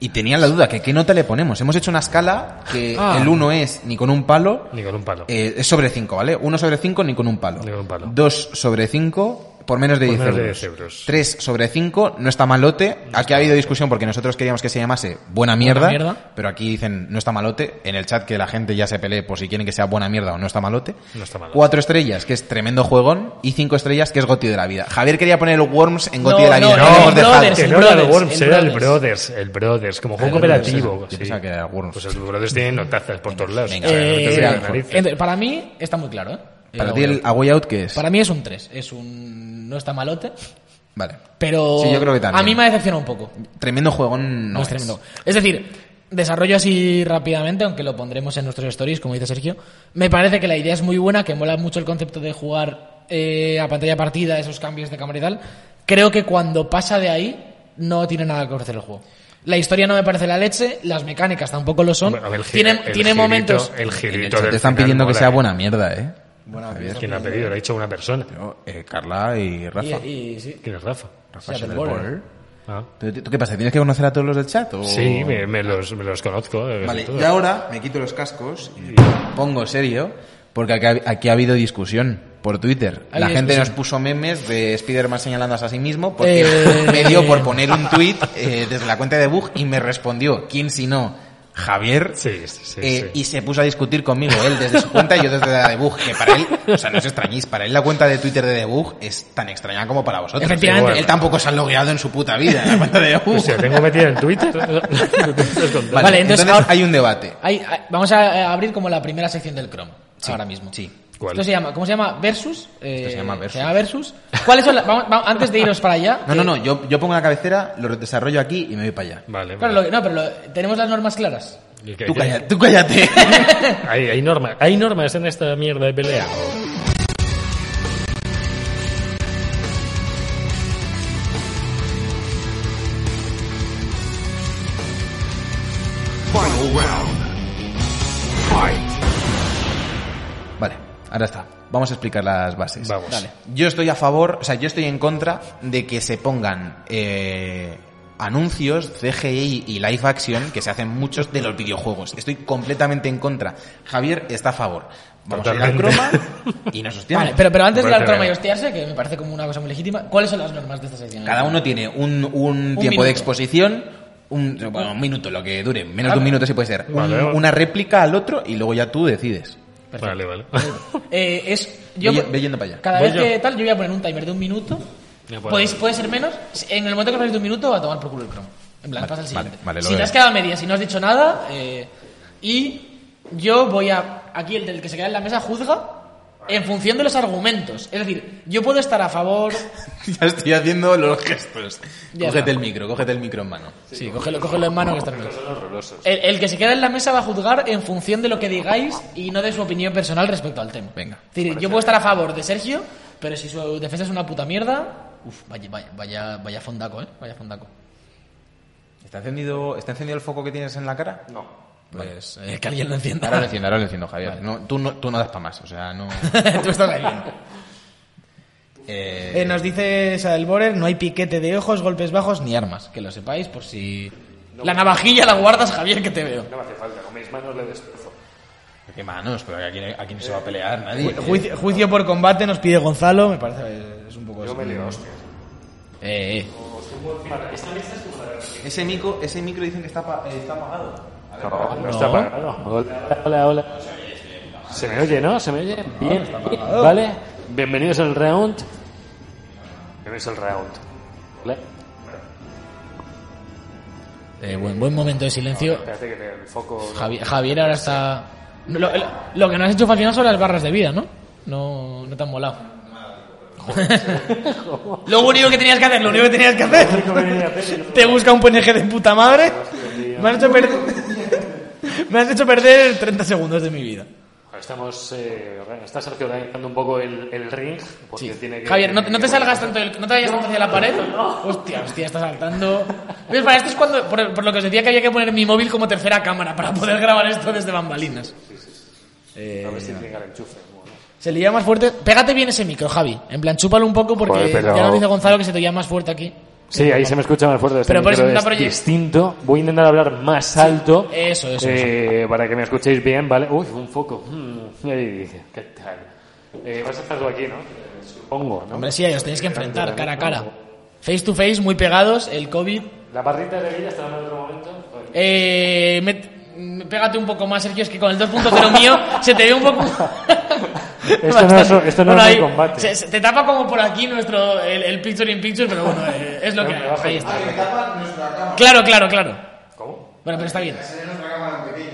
y tenía la duda, que ¿qué nota le ponemos? Hemos hecho una escala que Ah. el 1 es ni con un palo, Ni con un palo. eh, es sobre 5, ¿vale? 1 sobre 5 ni con un palo. Ni con un palo. 2 sobre 5 por menos de Por 10 menos de euros. 10 euros. 3 sobre 5 no está malote. Aquí ha habido discusión porque nosotros queríamos que se llamase buena mierda, mierda. pero aquí dicen no está malote. En el chat que la gente ya se pelee por si quieren que sea buena mierda o no está malote. No está malote. 4 estrellas, que es tremendo juegón, y 5 estrellas, que es goti de la vida. Javier quería poner el Worms en goti No, de la no, vida. no, lo no, hemos dejado. Brothers, que el no era el Brothers, Worms, el era el Brothers. Brothers, el Brothers, como juego Ah, el Brothers, cooperativo. yo sí. pensaba que era el Worms. Pues el Brothers tiene notazas por todos lados. venga, O sea, no te Eh, veas venga, las narices. entre- para mí está muy claro, ¿eh? Para Eh, ti el A Way Out, ¿qué es? para mí es un 3. Es un. No está malote. Vale. Pero Sí, yo creo que también. a mí me ha decepcionado un poco. Tremendo juegón No no, es tremendo. Es decir, desarrollo así rápidamente, aunque lo pondremos en nuestros stories, como dice Sergio. Me parece que la idea es muy buena, que mola mucho el concepto de jugar eh, a pantalla partida, esos cambios de cámara y tal. Creo que cuando pasa de ahí, no tiene nada que ofrecer el juego. La historia no me parece la leche, las mecánicas tampoco lo son. Bueno, a ver, el gi- tiene el tiene girito- momentos. El En el girito chat del Eh, te están final pidiendo que mola, sea eh. buena mierda, ¿eh? Javier. ¿Quién lo ha pedido? Lo ha dicho una persona. Yo, eh, Carla y Rafa. Y- y sí. ¿Quién es Rafa? Rafa Sí, es el del Border. Border. Ah. Pero, ¿Tú qué pasa? ¿Tienes que conocer a todos los del chat? o- Sí, me, me los, me los conozco. eh, Vale, todo. y ahora me quito los cascos y me pongo serio, porque aquí ha, aquí ha habido discusión por Twitter. Ha La habido gente nos discusión. puso memes de Spider-Man señalándose a sí mismo, porque Eh. me dio por poner un tweet eh, desde la cuenta de Bug y me respondió, ¿quién si no? Javier. Sí, sí, sí, Eh, sí. Y se puso a discutir conmigo, él desde su cuenta y yo desde la de Bug, que para él, o sea, no os extrañéis, para él la cuenta de Twitter de Debug es tan extraña como para vosotros. Efectivamente. Él tampoco se ha logueado en su puta vida en la cuenta de Bug. O sea, tengo metida en Twitter. Lo tienes contado. Vale, entonces ahora- hay un debate. Hay- hay- vamos a eh, abrir como la primera sección del Chrome. ahora mismo. sí. ¿Cuál? Esto se llama, ¿Cómo se llama? Versus. eh, Esto se llama Versus. Versus. ¿Cuáles son las- vamos- vamos- antes de iros para allá. No, que- no, no, yo, yo pongo la cabecera, lo desarrollo aquí y me voy para allá. Vale, Claro, vale. lo- no, pero lo- tenemos las normas claras. ¿Y qué- Tú qué- cállate, tú cállate. Hay, hay normas, hay normas en esta mierda de pelea. Final round. Fight. Vale, ahora está. Vamos a explicar las bases. Vamos. Dale. Yo estoy a favor, o sea, yo estoy en contra de que se pongan eh, anuncios CGI y live action que se hacen muchos de los videojuegos. Estoy completamente en contra. Javier está a favor. Vamos a ir al Totalmente. croma y nos hostiamos. Vale, pero, pero antes de ir al Parece croma y bien. hostiarse, que me parece como una cosa muy legítima, ¿cuáles son las normas de esta sección? Cada uno tiene un, un tiempo minuto. de exposición, un, bueno, un minuto, lo que dure, menos de un minuto si puede ser. Un- Vale. una réplica al otro y luego ya tú decides. Vale, vale. Eh, es. Yo, Ve- ve yendo para allá. Cada Voy vez yo. que tal, yo voy a poner un timer de un minuto. Ya, bueno. Podéis, puede ser menos. En el momento que os paséis de un minuto, va a tomar por culo el Chrome. En plan, pasa el siguiente. vale, vale, lo si te veo. has quedado a media, si no has dicho nada. eh, y yo voy a. Aquí el del que se queda en la mesa juzga. En función de los argumentos. Es decir, yo puedo estar a favor. Ya estoy haciendo los gestos. Ya cógete está. el micro, cógete el micro en mano. Sí, cógelo, cógelo en mano que está en el, el que se queda en la mesa va a juzgar en función de lo que digáis y no de su opinión personal respecto al tema. Venga. Es decir, yo puedo estar a favor de Sergio, pero si su defensa es una puta mierda. Uf, vaya, vaya, vaya, vaya fondaco, eh. Vaya fondaco. ¿Está encendido, ¿Está encendido el foco que tienes en la cara? No. Pues eh, que alguien lo entienda. Ahora lo enciendo, Eh, ahora lo enciendo, Javier. No, tú, no, tú no das para más, o sea, no... Tú estás ahí. Eh, Eh, nos dice el Borer, no hay piquete de ojos, golpes bajos ni armas. Que lo sepáis por si... La navajilla la guardas, Javier, que te veo. No me hace falta, con mis manos le destrozo. ¿Qué manos? Pero aquí, aquí no se va a pelear nadie. Juicio, juicio por combate nos pide Gonzalo, me parece eh, es un poco... Yo eso. me leo hostias. Eh, eh. Ese micro, ese micro dicen que está, pa- eh, está apagado. A ver, No, no está apagado. Hola, hola, hola. Se me oye, ¿no? Se me oye. Bien, bien, ¿vale? Bienvenidos al round. Bienvenidos al round. ¿Vale? Eh, buen, buen momento de silencio. Espérate que te- el foco. Javi- Javier ahora está... No, Lo, lo- lo que no has hecho al final son las barras de vida, ¿no? No, no te han molado. Lo único que tenías que hacer, lo único que tenías que hacer. Te busca un PNG de puta madre. Me has hecho perder. Me has hecho perder 30 segundos de mi vida. Estamos. Eh, organ- está Sergio organizando un poco el, el ring. Porque Sí. tiene que, Javier, no, no te salgas tanto, del- no te vayas tanto hacia la pared. Hostia, hostia, está saltando. ¿Ves? Para esto es cuando, por, por lo que os decía que había que poner mi móvil como tercera cámara para poder grabar esto desde bambalinas. Eh, A ver si llega el enchufe. Bueno. Se le llama más fuerte. Pégate bien ese micro, Javi. En plan, chúpalo un poco porque Joder, pero- ya nos dice Gonzalo que se te llama más fuerte aquí. Sí, ahí se me escucha más fuerte. Este Pero por micro es eso intenta proye- distinto. Voy a intentar hablar más alto. eso, eso, eh, Para que me escuchéis bien, ¿vale? Uy, un foco. Mm, ahí dice, ¿qué tal? Eh, vas a estar tú aquí, ¿no? Supongo, ¿no? Hombre, sí, ahí os tenéis que enfrentar cara a cara. Face to face, muy pegados, el COVID. La barrita de Villa está en otro momento. Joder. Eh, met- mm, Pégate un poco más, Sergio, es que con el 2.0 mío se te ve un poco... Esto no es- esto no es ahí un combate. se- se te tapa como por aquí nuestro, el, el picture in picture, pero bueno, eh, es lo que hay. Ahí está. Claro, claro, claro. ¿Cómo? Bueno, pero está bien.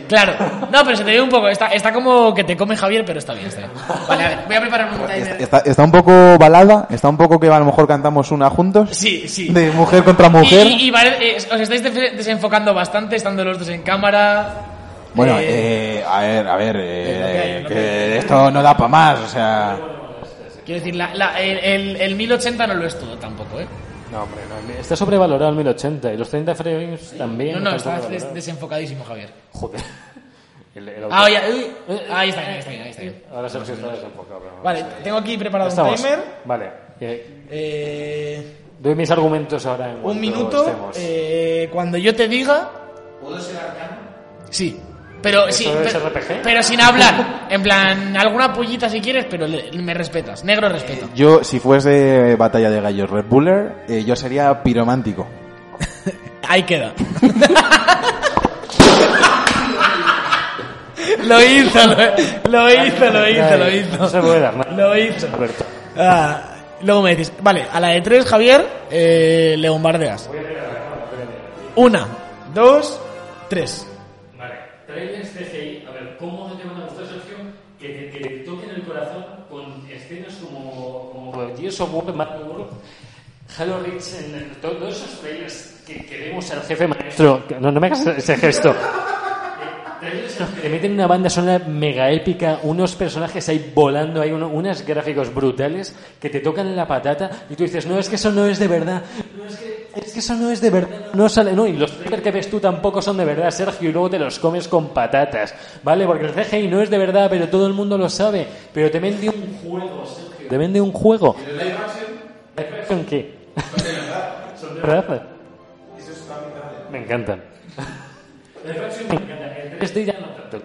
Claro. No, pero se te ve un poco. Está, está como que te come Javier, pero está bien, está bien. Vale, a ver, voy a preparar un timer. Está, está un poco balada, está un poco que a lo mejor cantamos una juntos. Sí, sí. De mujer contra mujer. Y, y- y vale, eh, os estáis def- desenfocando bastante, estando los dos en cámara. Bueno, Eh, eh, a ver, a ver, eh, lo que hay, lo que que esto no da para más, o sea... Quiero decir, la- la- el, el- el 1080 no lo es todo tampoco, ¿eh? No, hombre, no, está sobrevalorado el 1080 y los 30 frames también. No, están no, está des- sobrevalorados. desenfocadísimo, Javier. Joder. El- el auto- Ah, ya, uy, ahí está bien, ahí está bien, ahí está bien. Ahora Sergio está desenfocado. pero no. Vale, tengo aquí preparado un Estamos. timer. Vale. eh, Eh, doy mis argumentos ahora en un cuanto minuto. estemos. eh, cuando yo te diga. ¿Puedo ser arcano? Sí. Pero, sí, es pero, RPG? pero sin hablar. En plan, alguna pollita si quieres, pero le- me respetas. Negro respeto. Yo, si fuese batalla de gallos Red Buller, eh, yo sería piromántico. Ahí queda. lo hizo, lo, lo hizo, lo hizo, lo Ay, No se hizo. puede dar nada. Lo hizo. Alberto. Ah, luego me decís, vale, a la de tres, Javier, eh, le bombardeas. Una, dos, tres. Vale, trailers CGI, a ver, ¿cómo te van a gustar, Sergio? Que te, que te toquen el corazón con escenas como, como Gears of War, Mad World, Halo Reach, en, en to- todos esos trailers que, que vemos al jefe maestro. que- No, no me hagas ese gesto. Trailers en los que Te meten una banda sonora mega épica, unos personajes ahí volando, hay uno- unos gráficos brutales que te tocan la patata y tú dices, no, es que eso no es de verdad, no, es que, es que eso no es de verdad, no sale, no, y los trailers que ves tú tampoco son de verdad, Sergio, y luego te los comes con patatas, ¿vale? Porque el CGI no es de verdad, pero todo el mundo lo sabe, pero te vende un juego, Sergio, te vende un juego. ¿Y live action? ¿Live action qué? Son de verdad. Me encantan. Estoy ya no tanto.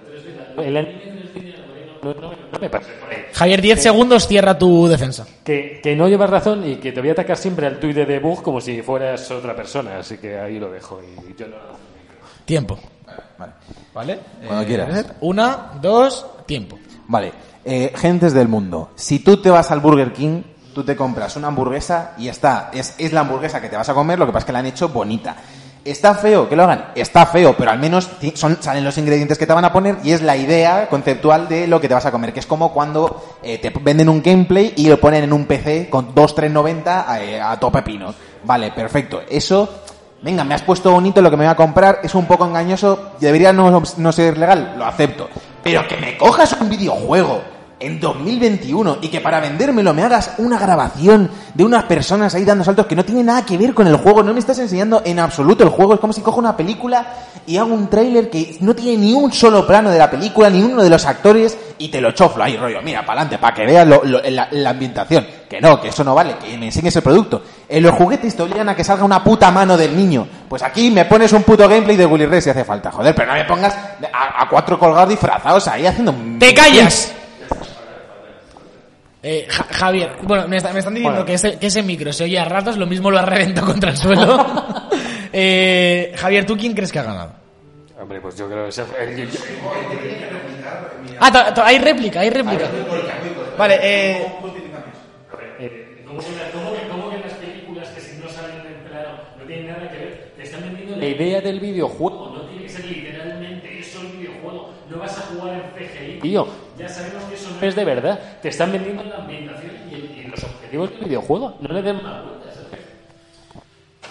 El anime 3D ya no, no, no, no me pasa. Javier, 10 segundos, cierra tu defensa. Que, que no llevas razón y que te voy a atacar siempre al tuit de debug como si fueras otra persona, así que ahí lo dejo. Y yo no. Tiempo. ¿Vale? Cuando quieras. Una, dos, tiempo. Vale, eh, gentes del mundo, si tú te vas al Burger King, tú te compras una hamburguesa y está, es, es la hamburguesa que te vas a comer, lo que pasa es que la han hecho bonita. Está feo que lo hagan, está feo, pero al menos ti- son, salen los ingredientes que te van a poner y es la idea conceptual de lo que te vas a comer, que es como cuando eh, te venden un gameplay y lo ponen en un PC con 2390 a, eh, a tope pino. Vale, perfecto. Eso Venga, me has puesto bonito lo que me voy a comprar, es un poco engañoso, debería no, no ser legal, lo acepto. Pero que me cojas un videojuego en 2021 y que para vendérmelo me hagas una grabación de unas personas ahí dando saltos que no tiene nada que ver con el juego, no me estás enseñando en absoluto el juego, es como si cojo una película y hago un tráiler que no tiene ni un solo plano de la película, ni uno de los actores y te lo choflo ahí rollo, mira, para adelante, para que veas lo- lo- la, la ambientación, que no, que eso no vale, que me enseñes el producto. En los juguetes te obligan a que salga una puta mano del niño, pues aquí me pones un puto gameplay de Willy Ray si hace falta, joder, pero no me pongas a, a cuatro colgados disfrazados ahí haciendo... un- ¡Te callas! Eh, Ja- Javier, bueno, me, está- me están diciendo Bueno. que, ese, que ese micro se oye a ratos, lo mismo lo ha reventado contra el suelo. eh, Javier, ¿tú quién crees que ha ganado? Hombre, pues yo creo que sea- el- yo- Ah, to- to- hay réplica, hay réplica. Vale, eh, Eh, La idea del videojuego no tiene que ser literalmente eso el videojuego. No vas a jugar en PGI. Tío, ya sabemos que eso no es de verdad. Te están vendiendo la ambientación y, el- y los objetivos del videojuego. No le den más vueltas.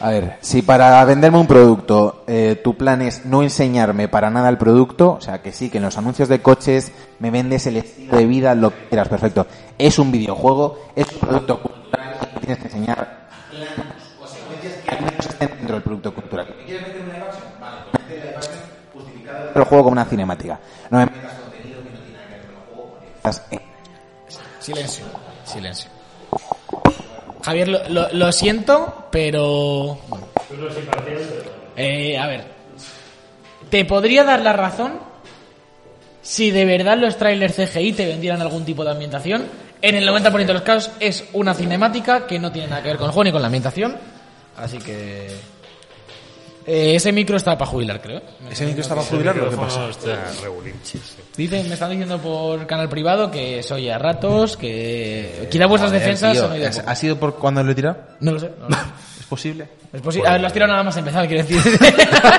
A ver, si para venderme un producto eh, tu plan es no enseñarme para nada el producto, o sea, que sí, que en los anuncios de coches me vendes el estilo de vida, lo que quieras, perfecto. Es un videojuego, es un producto cultural, y tienes que enseñar que al menos estén dentro del producto cultural. ¿Que ¿Quieres meter una live action? Vale, pues mete live action justificada el juego como una cinemática. No me metas contenido que no tiene nada que ver con el juego, porque estás en silencio, silencio. Javier, lo, lo- lo siento, pero... Eh, a ver. Te podría dar la razón si de verdad los trailers CGI te vendieran algún tipo de ambientación. En el 90% de los casos es una cinemática que no tiene nada que ver con el juego ni con la ambientación. Así que... eh, ese micro está para jubilar, creo. Ese micro estaba jubilado, ¿o ¿qué pasa? Dicen, me están diciendo por canal privado que soy a ratos, que... Quizá vuestras Joder, defensas tío, han oído ¿has- poco. ¿Ha sido por cuando lo he tirado? No lo sé. no lo sé. ¿Es posible? Es posi- A ver, lo has tirado nada más empezar, quiero decir. Pues No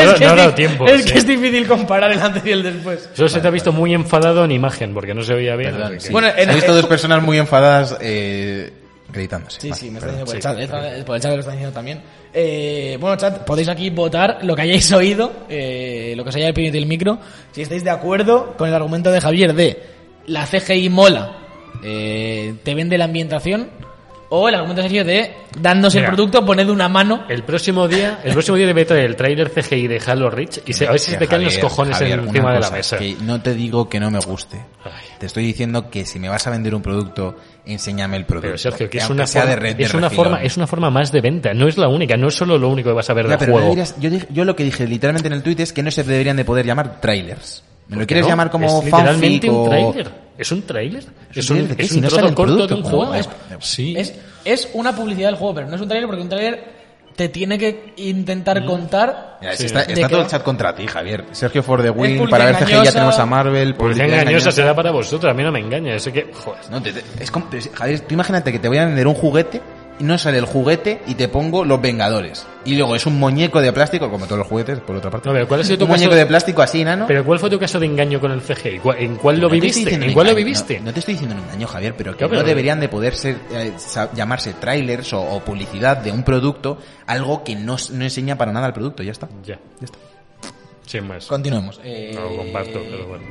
ha Es dado- que no ha es dado di- tiempo, Es sí. que es difícil comparar el antes y el después. Solo se te ha visto muy enfadado en imagen porque no se veía bien. Perdón, sí. Bueno, en- he visto en- dos personas muy enfadadas eh, gritándose. Sí, Vale, sí, me están diciendo perdón. por el chat. eh, Por el chat lo están diciendo también. Eh, bueno, chat, podéis aquí votar lo que hayáis oído, eh, lo que os haya pedido el micro. Si estáis de acuerdo con el argumento de Javier de la CGI mola, eh, te vende la ambientación. O el argumento serio de dándose el Mira. producto, poned una mano. El próximo día, el próximo día debe traer el tráiler CGI de Halo Reach y se, a ver si se te caen los Javier, cojones Javier, una encima de la cosa, mesa. que no te digo que no me guste. Ay. Te estoy diciendo que si me vas a vender un producto, enséñame el producto. Pero Sergio, que es Aunque una, sea forma, de red de es, una refilón. forma, es una forma más de venta, no es la única, no es solo lo único que vas a ver Ya, del pero no juego. deberías- yo, dije- yo lo que dije literalmente en el tweet es que no se deberían de poder llamar trailers. ¿Me lo quieres No, llamar como es literalmente fanfic un o- tráiler. ¿Es un tráiler? ¿Es ¿Es un un, tráiler de qué? es Si un no trozo sale el corto de producto. un No, juego? da Es- igual, da igual. Sí. Es, es una publicidad del juego, pero no es un trailer porque un trailer te tiene que Mm. intentar contar. Ya, Sí. Está, ¿De está qué todo el va? chat contra ti, Javier. Sergio for the publicidad win, para ver CGI ya engañosa. tenemos a Marvel. Publicidad publicidad engañosa será para vosotros, a mí no me engaña. Eso que, joder. No, te- te- es como- pero es- Javier, tú imagínate que te voy a vender un juguete y no sale el juguete y te pongo los Vengadores. Y luego es un muñeco de plástico, como todos los juguetes, por otra parte. No, pero ¿cuál ha sido tu un muñeco caso- de plástico así, enano. Pero ¿cuál fue tu caso de engaño con el CGI? ¿Cuál- ¿En cuál lo No te estoy viviste? diciendo ¿En un cuál lo engaño, viviste? No, no te estoy diciendo un engaño, Javier, pero que Ya, no, pero- deberían de poder ser eh, sa- llamarse trailers o, o publicidad de un producto, algo que no, s- no enseña para nada al producto, ya está. Ya. Sin más. Continuemos. Eh, No lo comparto, pero bueno.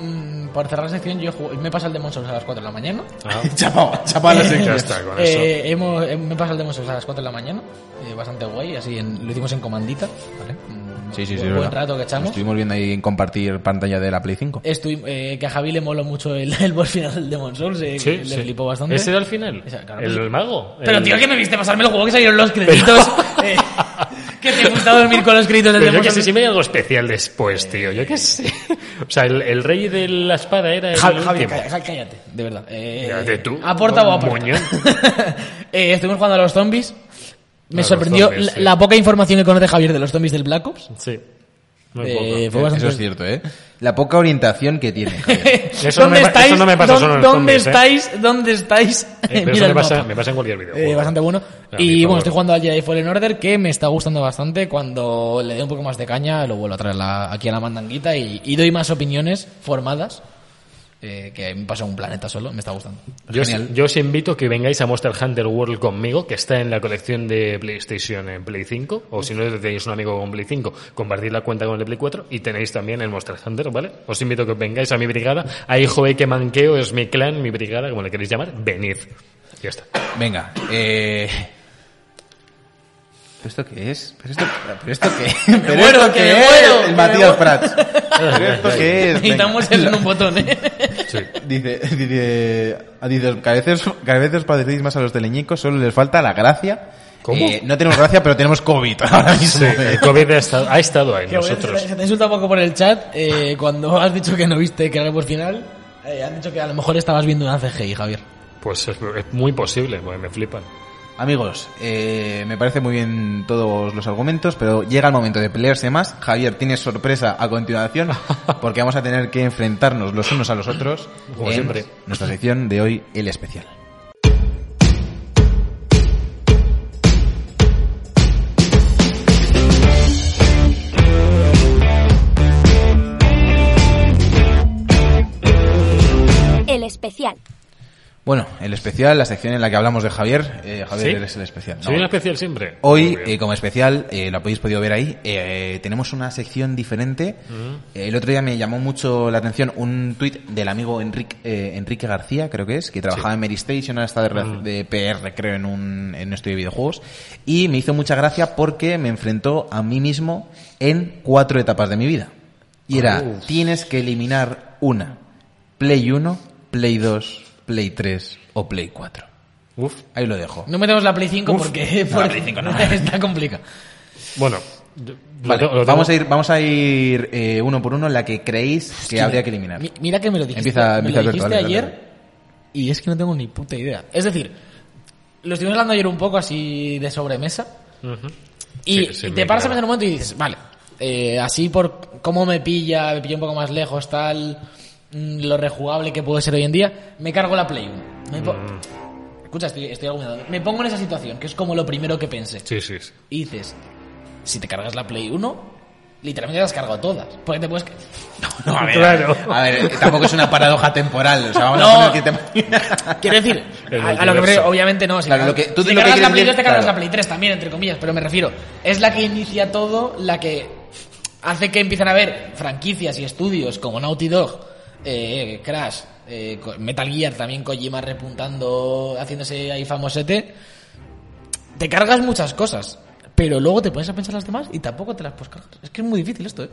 mm, por cerrar la sección, yo jugué- me pasa el Demon Souls a las 4 de la mañana. Ah, Chapa, chapa la ya sección. está, Ah, con eso. Eh, hemos, eh, me pasa el Demon Souls a las 4 de la mañana. eh, bastante guay, así en- lo hicimos en comandita. ¿vale? Mm, Sí, sí, sí. buen, es buen verdad. rato que echamos. Estuvimos viendo ahí en compartir pantalla de la Play 5. Estuvi- eh, que a Javi le moló mucho el, el boss final del Demon Souls. eh, Sí, le sí. flipó bastante. ¿Ese era el final? Esa, claro. el, el mago. Pero El- tío, que me viste pasarme el juego que salieron los créditos. Eh, que te gusta dormir con los créditos del Pero yo Demon que sé, Souls. si me hay algo especial después, tío. Yo que sé. O sea, el, el rey de la espada era el Javi, Javi, último. calla- Javi, cállate, de verdad. Eh, Cállate tú, Aporta o aporta. moñón. Eh, estuvimos jugando a los zombies. A Me los sorprendió zombies, la, sí. la poca información que conoce Javier de los zombies del Black Ops. Sí. Muy Eh, poco. fue bastante... Eso es cierto, ¿eh? La poca orientación que tiene. Javier. Eso no me pa- eso no me pasa ¿Dó- solo en los ¿Dónde zombies, eh? estáis? ¿Dónde estáis? Eh, pero Mira eso me el pasa, mapa. me pasa en cualquier video. Eh, bastante bueno. A mi y bueno, este favor. estoy jugando al Jedi Fallen Order que me está gustando bastante. Cuando le dé un poco más de caña, lo vuelvo a traer la- aquí a la mandanguita y, y doy más opiniones formadas. eh, que me pasa un planeta solo, me está gustando. Yo, os- Genial. yo os invito a que vengáis a Monster Hunter World conmigo, que está en la colección de PlayStation en Play 5, o si no tenéis un amigo con Play 5, compartid la cuenta con el de Play 4 y tenéis también el Monster Hunter, ¿vale? Os invito a que vengáis a mi brigada, ahí joe que manqueo, es mi clan, mi brigada, como le queréis llamar, venid. Ya está. Venga, eh... ¿Pero esto qué es? ¿Pero esto, pero esto qué es? ¿Pero muero, esto que qué me es? muero, que El me Matías Prats. ¿Pero esto qué es? Necesitamos Venga. el en un botón, ¿eh? Sí. Dice, dice, dice que, a veces, que a veces padecéis más a los teleñecos, solo les falta la gracia. ¿Cómo? Eh, no tenemos gracia, pero tenemos COVID ahora Sí, mismo. Eh, el COVID ha estado, ha estado ahí, Que bueno, nosotros. Se te insulta un poco por el chat eh, cuando has dicho que no viste que era por final. eh, han dicho que a lo mejor estabas viendo una CGI, Javier. Pues es, es muy posible, porque me flipan. Amigos, eh, me parece muy bien todos los argumentos, pero llega el momento de pelearse más. Javier, tienes sorpresa a continuación, porque vamos a tener que enfrentarnos los unos a los otros Como en siempre. nuestra sección de hoy, el especial. El especial. Bueno, el especial, la sección en la que hablamos de Javier. Eh, Javier, ¿Sí? eres el especial. ¿no? Soy un especial siempre. Hoy, Muy bien. eh, como especial, eh, lo habéis podido ver ahí, eh, tenemos una sección diferente. Eh, El otro día me llamó mucho la atención un tuit del amigo Enrique, eh, Enrique García, creo que es, que trabajaba en Mary Station, ahora está de, re- de PR, creo, en un, en un estudio de videojuegos. Y me hizo mucha gracia porque me enfrentó a mí mismo en cuatro etapas de mi vida. Y era, Ah, Uf. tienes que eliminar una. Play 1, Play 2, Play 3 o Play 4. Uf. Ahí lo dejo. No metemos la Play 5 porque, no, la porque Play 5 no. está complicado. Bueno, yo- lo Vale, tengo- lo vamos a tengo- ir, vamos a ir eh, uno por uno la que creéis que habría que eliminar. Mi- mira que me lo dijiste, Empieza- me empieza lo Alberto, dijiste dale, dale, ayer dale. y es que no tengo ni puta idea. Es decir, lo estuvimos hablando ayer un poco así de sobremesa Ujú. y, Sí, sí, y me te paras a quedaba. pensar un momento y dices, vale, eh, así por cómo me pilla, me pilla un poco más lejos, tal, mm, lo rejugable que puede ser hoy en día, me cargo la Play 1. Me po- Mm. Escucha, estoy, estoy argumentando. Me pongo en esa situación, que es como lo primero que pensé. Sí, sí, sí. Y dices, si te cargas la Play 1, literalmente te has cargado todas. Porque te puedes... No, a ver, Claro. a ver, eh, tampoco es una paradoja temporal. O sea, vamos No. a poner que te- Quiero decir, El a, a lo que me refiero, multiverso. obviamente no. Si, Claro, te- lo que- tú si te di lo cargas que la quieres Play 2, decir, te cargas claro. la Play 3 también, entre comillas, pero me refiero. Es la que inicia todo, la que hace que empiecen a haber franquicias y estudios como Naughty Dog, eh, Crash, eh, co- Metal Gear, también Kojima repuntando, haciéndose ahí famosete. Te cargas muchas cosas. Pero luego te pones a pensar las demás y tampoco te las puedes cargar. Es que es muy difícil esto, ¿eh?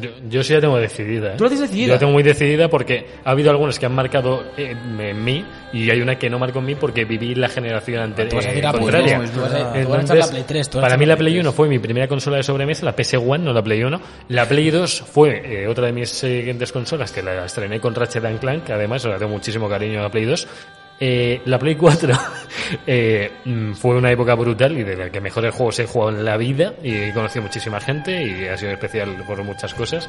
Yo, yo sí la tengo decidida. ¿eh? Tú la tienes decidida. Yo la tengo muy decidida porque ha habido algunas que han marcado eh, en mí y hay una que no marcó en mí porque viví la generación anterior. Tú vas a decir ah, pues la Eh, Play contraria. 3, tú vas a- tú vas a Entonces, echar la Play 3, tú vas a para echar mí la la Play Play 1 fue mi primera consola de sobremesa, la PS1, no la Play 1. La Play 2 fue eh, otra de mis siguientes consolas que la estrené con Ratchet and Clank, que además ahora tengo muchísimo cariño a la Play 2. Eh, la Play 4 eh, mm, fue una época brutal y de la que mejores juegos he jugado en la vida y he conocido muchísima gente y ha sido especial por muchas cosas.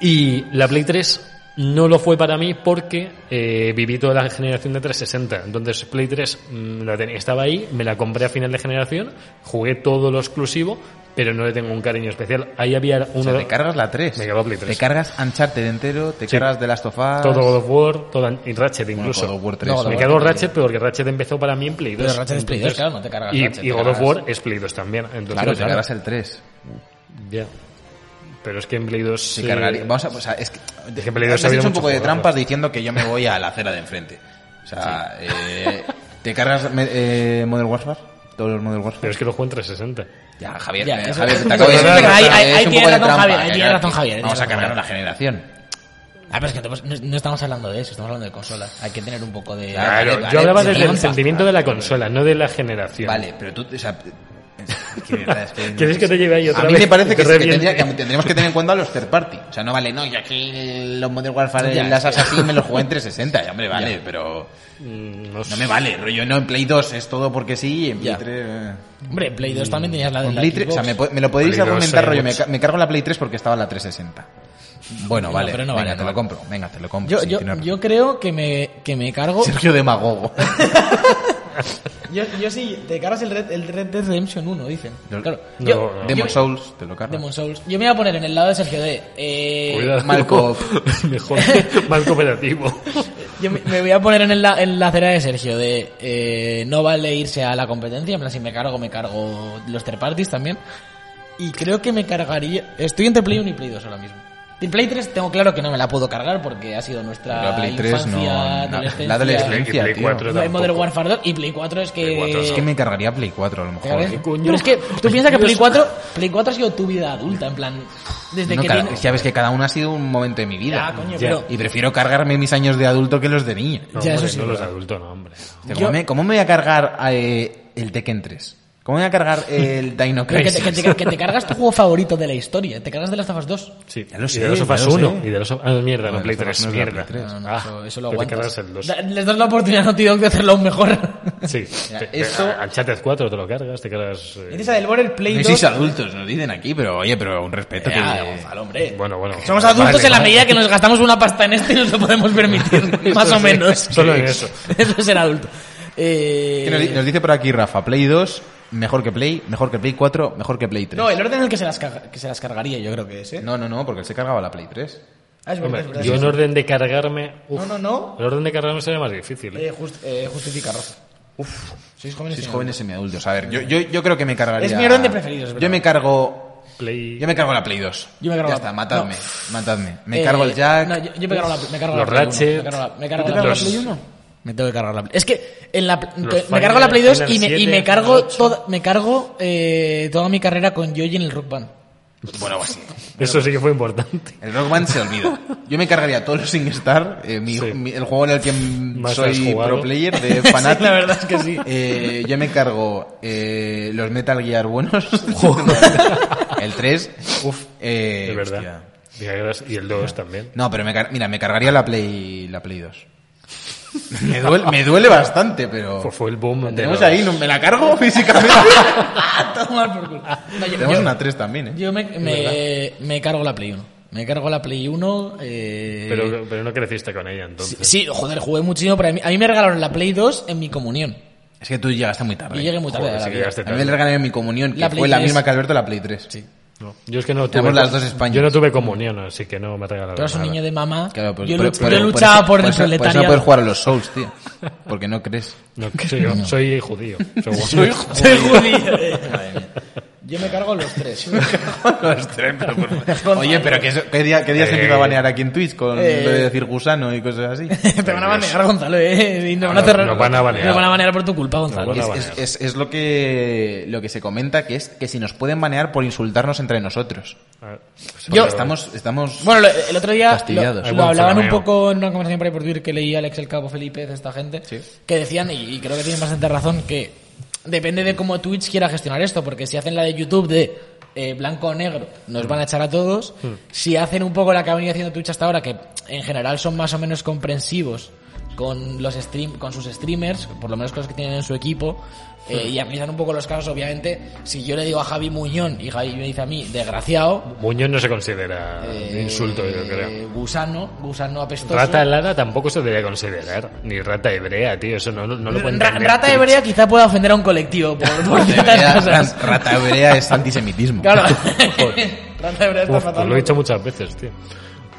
Y la Play 3 no lo fue para mí porque eh, viví toda la generación de 360. Entonces Play 3 mm, la tenía, estaba ahí, me la compré a final de generación, jugué todo lo exclusivo, pero no le tengo un cariño especial. Ahí había O uno... sea, te cargas la 3. Me cargo la Play 3. Te cargas Uncharted entero, te Sí. cargas The Last of Us. Todo God of War, todo, y Ratchet Bueno, incluso. God of War 3. No, God of me War quedo también. Ratchet, pero porque Ratchet empezó para mí en Play 2. Pero Ratchet es Play 2, claro, no te cargas Y, Ratchet, y te God of cargas- War es Play 2 también. Entonces, Claro, te cargas el 3. Ya. Pero es que en Play 2... Te eh, cargaría- Vamos a, o sea, es que, que en Play dos has ha habido hecho un mucho poco de juego, trampas diciendo que yo me voy a la acera de enfrente. O sea, eh, ¿te cargas me- eh, Modern Warfare? ¿Todos los Modern Warfare? Pero es que lo juego en 360. Ya, Javier, Ya, eh, eso- Javier, eso- te acabo de eso- decir eso- que ahí- es ahí- ahí un tiene poco de razón trampa, Javier, ahí tiene que- razón Javier, Vamos tiene a razón cargar a la Javier. generación. Ah, pero es que te pones- no, no estamos hablando de eso, estamos hablando de consolas. Hay que tener un poco de... Claro, vale, yo vale, hablaba sí, desde el trampa, sentimiento de la consola, no de la generación. Vale, pero tú, o sea, es que de verdad, es que- ¿Quieres que te lleve ahí otra a mí vez? me parece Te que, es que reviente. tendría- que tendríamos que tener en cuenta a los third party. O sea, no vale, no, yo aquí los Modern Warfare Ya, las ya. Assassin me los jugué en 360. Ya, hombre, vale, pero Mm, No, no sé. me vale. Rollo, no, en Play 2 es todo porque sí, y en Play Ya. 3... eh. Hombre, en Play 2 también tenías la, En la Play 3, o Xbox. sea, me, po- me lo podéis Play dos, argumentar, eh, rollo, me, mucho. ca- me cargo la Play 3 porque estaba la 360. Bueno, No, vale, pero no venga, vale, te no. lo compro, venga, te lo compro. Yo, sí, yo, tienes razón. yo creo que me, que me cargo. Sergio Demagogo. Yo, yo sí, te cargas el Red, el Red Dead Redemption 1, dicen. Yo- Claro. No, yo, no. Demon yo- Souls, te lo cargas. Demon Souls. Yo me voy a poner en el lado de Sergio D. Eh, Cuidado. mal cop. Mejor. Mal cooperativo. Yo me, me voy a poner en la, en la acera de Sergio de eh, no vale irse a la competencia, en plan si me cargo, me cargo los third parties también. Y creo que me cargaría. Estoy entre Play 1 y Play 2 ahora mismo. En Play 3 tengo claro que no me la puedo cargar porque ha sido Pero nuestra a Play 3 infancia, no, na- adolescencia. la Y adolescencia, Play tío. 4 No hay Modern tampoco. Warfare 2 y Play 4 es que. Play 4 Es que me cargaría Play 4 a lo ¿Te mejor. cargas? ¿eh? coño. Pero es que tú piensas que Dios. Play 4, Play 4 ha sido tu vida adulta, en plan. Desde No, que. cada- tienes- Ya ves que cada uno ha sido un momento de mi vida. Ya, coño, Ya. pero. Y prefiero cargarme mis años de adulto que los de niño. No, Ya, eso hombre, sí, no los verdad. adultos, no, hombre. O sea, ¿Cómo, me, cómo me voy a cargar eh, el Tekken 3? ¿Cómo me voy a cargar el Dino pero que, te, que Crisis? te- que te cargas tu juego favorito de la historia, te cargas de las Tafas 2. Sí, Ya lo sé, Y de los ya sofás lo sé. 1. Y de los sofás. Ah, mierda, No, no, de Play los 3. sofás no es la mierda. Play 3. No, no, Ah, eso, eso lo pero te aguantas. cargas el 2. Da- Les das la oportunidad a Naughty Dog de hacerlo aún mejor. Sí. te- eso- Al Chatter 4 te lo cargas, te cargas. eh, Dices a Del Boro el Play No 2. sois adultos, nos dicen aquí, pero oye, pero un respeto que... Ah, Gonzalo, hombre. Bueno, bueno. Somos adultos Vale, en la vale. medida que nos gastamos una pasta en esto y nos lo podemos permitir. más o menos. Solo en eso. eso es ser adulto. Eh, Que nos, nos dice por aquí Rafa, Play 2, mejor que Play, mejor que Play 4, mejor que Play 3. No, eh. el orden en el que se las, carga- que se las cargaría, yo creo que es, ¿eh? no, no, no, porque él se cargaba la Play 3. Ah, es verdad, Hombre, es verdad. yo en orden de cargarme. uf, No, no, no. El orden de cargarme sería más difícil. ¿eh? Eh, just- eh, justifica, Rafa. Uf, sois jóvenes. Sois y- jóvenes semiadultos. A ver, yo, yo, yo creo que me cargaría... Es mi orden de preferidos, es verdad. Yo me cargo... Play. Yo me cargo la Play 2. Yo me cargo ya la- está, matadme, matadme. Me Eh, cargo el Jack. No, yo, yo me cargo la, me cargo Los la Play uno, Ratchet. Me cargo la, me ¿Tú cargo te la cargas Play la 1. Me tengo que cargar la Play. Es que en la, Los que- me Final- cargo la Play 2 y Final me, y 7, me cargo, Final 8. toda, me cargo eh, toda mi carrera con Yoji en el Rock Band. Bueno, pues sí. Eso sí que fue importante. El Rock Band se olvida. Yo me cargaría todos los SingStar, eh, mi- Sí. mi- el juego en el que Más has soy jugado. pro player de Fanatic. la verdad es que sí. Eh, yo me cargo eh, los Metal Gear buenos. el 3. Uf, eh, Es verdad. hostia. Te cargas- Y el 2 también. No, pero me car- mira, me cargaría la Play, la Play 2. Me duele, me duele bastante, pero... Fue- Fue el boom. de Tenemos los- ahí, ¿no? ¿me la cargo físicamente? Tomar Ah, por culo. No, yo, Tenemos yo- una 3 también, ¿eh? yo me, me, me cargo la Play 1. Me cargo la Play 1. Eh, Pero, pero no creciste con ella sí, entonces. sí, joder, jugué muchísimo, pero a mí, a mí me regalaron la Play 2 en mi comunión. Es que tú llegaste muy tarde. Yo llegué muy tarde Joder, a la sí que Play. llegaste A mí me tarde. regalaron en mi comunión, que La Play fue la 3. misma que Alberto la Play 3. Sí. Yo es que no tuve. Tenemos las dos Españas. Yo no tuve comunión, así que no me regalaron. Pero eras un nada. niño de mamá. Claro, pero- yo, pero- luch- pero- yo luchaba por, eso- el Por eso no proletariado. puedes jugar a los Souls, tío. Porque no crees. No, soy, yo, soy judío. seguro. Soy judío. eh. Madre mía. Yo me cargo los tres. los este- tres, pero por Oye, pero ¿qué, eso- qué día, qué día se Eh. empieza a banear aquí en Twitch con Eh. lo de decir gusano y cosas así? Te van a banear, Gonzalo, eh. Y nos van a No, cerrar. nos van a banear. Nos van a banear por tu culpa, Gonzalo. Nos van a Es, banear. es- es- es lo, que, lo que se comenta, que es que si nos pueden banear por insultarnos entre nosotros. Ah, pues, Yo- pero- Estamos... estamos Bueno, lo- el otro día lo, Fastidiados. Hay lo mucho hablaban un gameo. poco en una conversación por ahí por Twitter que leía Alex el Cabo Felipe de esta gente, que decían, y, y creo que tienen bastante razón, que depende de cómo Twitch quiera gestionar esto, porque si hacen la de YouTube de eh, blanco o negro, nos van a echar a todos, Mm. si hacen un poco la que ha venido haciendo Twitch hasta ahora, que en general son más o menos comprensivos con los stream, con sus streamers, por lo menos con los que tienen en su equipo, eh, y aplican un poco los casos, obviamente, si yo le digo a Javi Muñón y Javi me dice a mí, desgraciado, Muñoz no se considera eh, insulto, yo creo. Gusano, gusano apestoso. Rata helada tampoco se debería considerar. Ni rata hebrea, tío. Eso no, no- no lo pueden Ra- rata hebrea quizá pueda ofender a un colectivo por, por ciertas hebrea- cosas. ra- Rata hebrea es antisemitismo. Claro. rata hebrea está fatal. pues lo he dicho muchas veces, tío.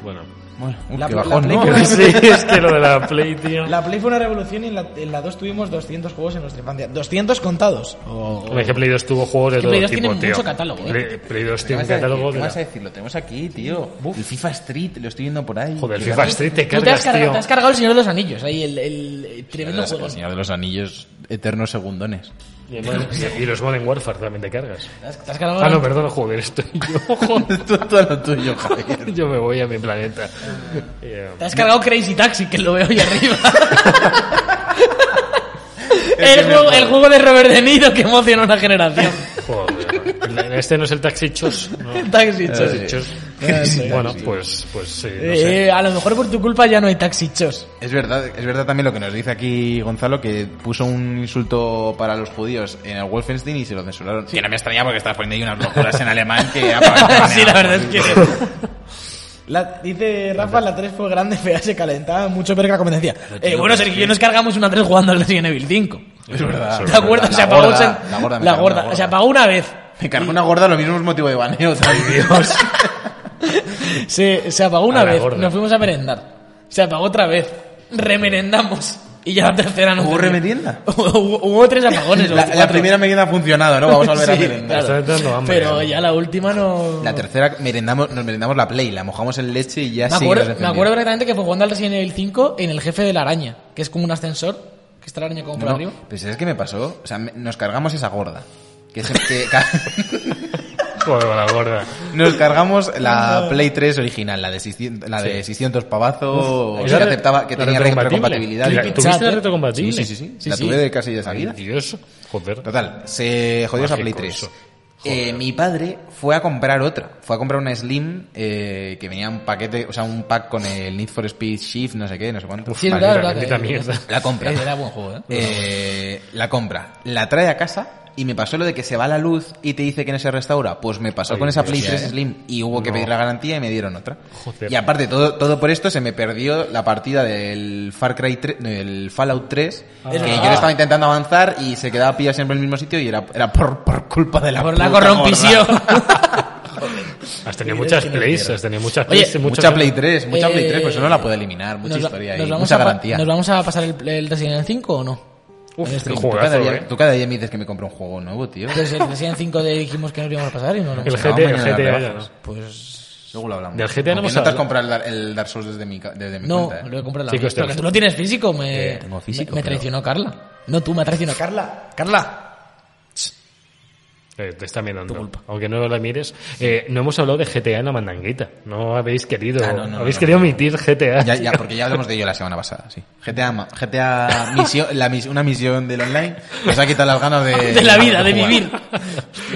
Bueno. Bueno, uh, La- qué la bajón, Play ¿no? fue- Sí, es que lo de la Play, tío. La Play fue una revolución y en la, en la 2 tuvimos 200 juegos en nuestra infancia. 200 contados. Hombre, es que Play 2 tuvo juegos de Es que todo Play 2 tipo, tiene tío. mucho catálogo, eh. Play, Play 2 ¿Qué tiene un vas, a, catálogo qué de... vas a decir? Lo tenemos aquí, tío. El FIFA Street, lo estoy viendo por ahí. Joder, Qué FIFA raro. Street te Tú te has, cargas, cargado, tío. te has cargado el Señor de los Anillos, ahí el, el- el tremendo El juego. Señor de los Anillos, eternos segundones. Y, y- y los Modern Warfare también te cargas. Te has- te has cargado Ah, no, el- perdón, joder, estoy yo. Joder, Tú- todo lo tuyo, Javier. yo me voy a mi planeta. Eh, Te has cargado Crazy Taxi, que lo veo ahí arriba. Es que el, me juego, acuerdo. el juego de Robert De Niro que emociona a una generación. Joder. Este no es el Taxi Chos. ¿no? Taxi Chos. Taxi Chos. Bueno, pues, pues sí, no sé. Eh, a lo mejor por tu culpa ya no hay taxichos. Es verdad, es verdad también lo que nos dice aquí Gonzalo, que puso un insulto para los judíos en el Wolfenstein y se lo censuraron. Que no me extraña porque estás poniendo ahí unas locuras en alemán que... sí, la verdad es que. La- dice Rafa, la 3 fue grande, fea, se calentaba mucho verga la competencia. Eh, bueno, Sergio, y yo nos cargamos una 3 jugando al Resident Evil 5. Es verdad. Sobre La gorda La se apagó. gorda, se- la gorda, me la cago en gorda, la se gorda. apagó una vez. Me cargó una gorda, lo mismo es motivo de baneo. ¿sabes? Se, se apagó una A la vez. gorda. Nos fuimos a merendar. Se apagó otra vez. Remerendamos. Y ya la tercera no. ¿Hubo terminó. remerienda? hubo, hubo tres apagones. La, hostia, la cuatro. primera merienda ha funcionado, ¿no? Vamos a volver a Sí, merendar. Está claro. entrando hambre, Pero ¿no? ya la última no. La tercera merendamos, nos merendamos la play, la mojamos en leche y ya me, sí. acuerdo, me acuerdo perfectamente que fue jugando al Resident Evil 5 en el jefe de la araña, que es como un ascensor, que está la araña como por arriba. Pues es que me pasó, o sea, me- nos cargamos esa gorda. Que es que ca- Joder, con la gorda. nos cargamos la Play 3 original, la de 600, la de 600 pavazos, que Esa re- aceptaba que la tenía retrocompatible. retrocompatibilidad. y ¿La- todo. ¿Tuviste la ¿eh? retrocompatible? Sí, sí, sí, sí. Sí, la sí. tuve de casi de salida. Dios, joder. Total, se jodió esa Play Mágico 3. eso. Eh, mi padre fue a comprar otra. Fue a comprar una Slim eh, que venía un paquete, o sea, un pack con el Need for Speed Shift, no sé qué, no sé cuánto. Sí, es Vale, verdad, la es bendita verdad. mierda. La compra. Era buen juego, ¿eh? Eh, la compra. La trae a casa y me pasó lo de que se va la luz y te dice que no se restaura. Pues me pasó Ay, con esa Play hostia, 3 eh. Slim y hubo que No. pedir la garantía y me dieron otra. Joder. Y aparte, todo, todo por esto se me perdió la partida del Far Cry 3, del Fallout 3, Ah. que yo le estaba intentando avanzar y se quedaba pillado siempre en el mismo sitio y era, era por, por culpa de la Por la puta corrompición. gorda. Has tenido muchas plays, has tenido muchas Oye, plays. y muchas mucha Play 3, mucha Play Eh, 3, pues eso no la puedo eliminar. Mucha Nos va- historia nos y vamos mucha a pa- garantía. ¿Nos vamos a pasar el, el Resident Evil 5 o no? Uf, En qué stream. Tú cada, juegazo, día, eh. tú cada día me dices que me compro un juego nuevo, tío. Entonces el Resident 5 de dijimos que no lo íbamos a pasar y no lo El hemos GTA, No, el mañana la GTA ya rebajas. no. Pues Luego lo hablamos. Del GTA no Aunque hemos no te has hablado. comprado el, Dar- el Dark Souls desde mi, ca- desde mi no, cuenta. ¿eh? lo he comprado. Sí que Pero os tengo. que tú lo tienes físico, me, Eh, tengo físico, me, me pero- Eh, traicionó Carla. No, tú me traicionó Carla. Carla. Eh, te está mirando. Aunque no la mires. Eh, no hemos hablado de GTA en la mandanguita. No habéis querido. Ah, no, no, habéis no, querido no. omitir GTA. Ya, ya, porque ya hablamos de ello la semana pasada, sí. GTA, ma- GTA misión, la mis- una misión del online nos ha quitado las ganas de... De la vida, de jugar. vivir.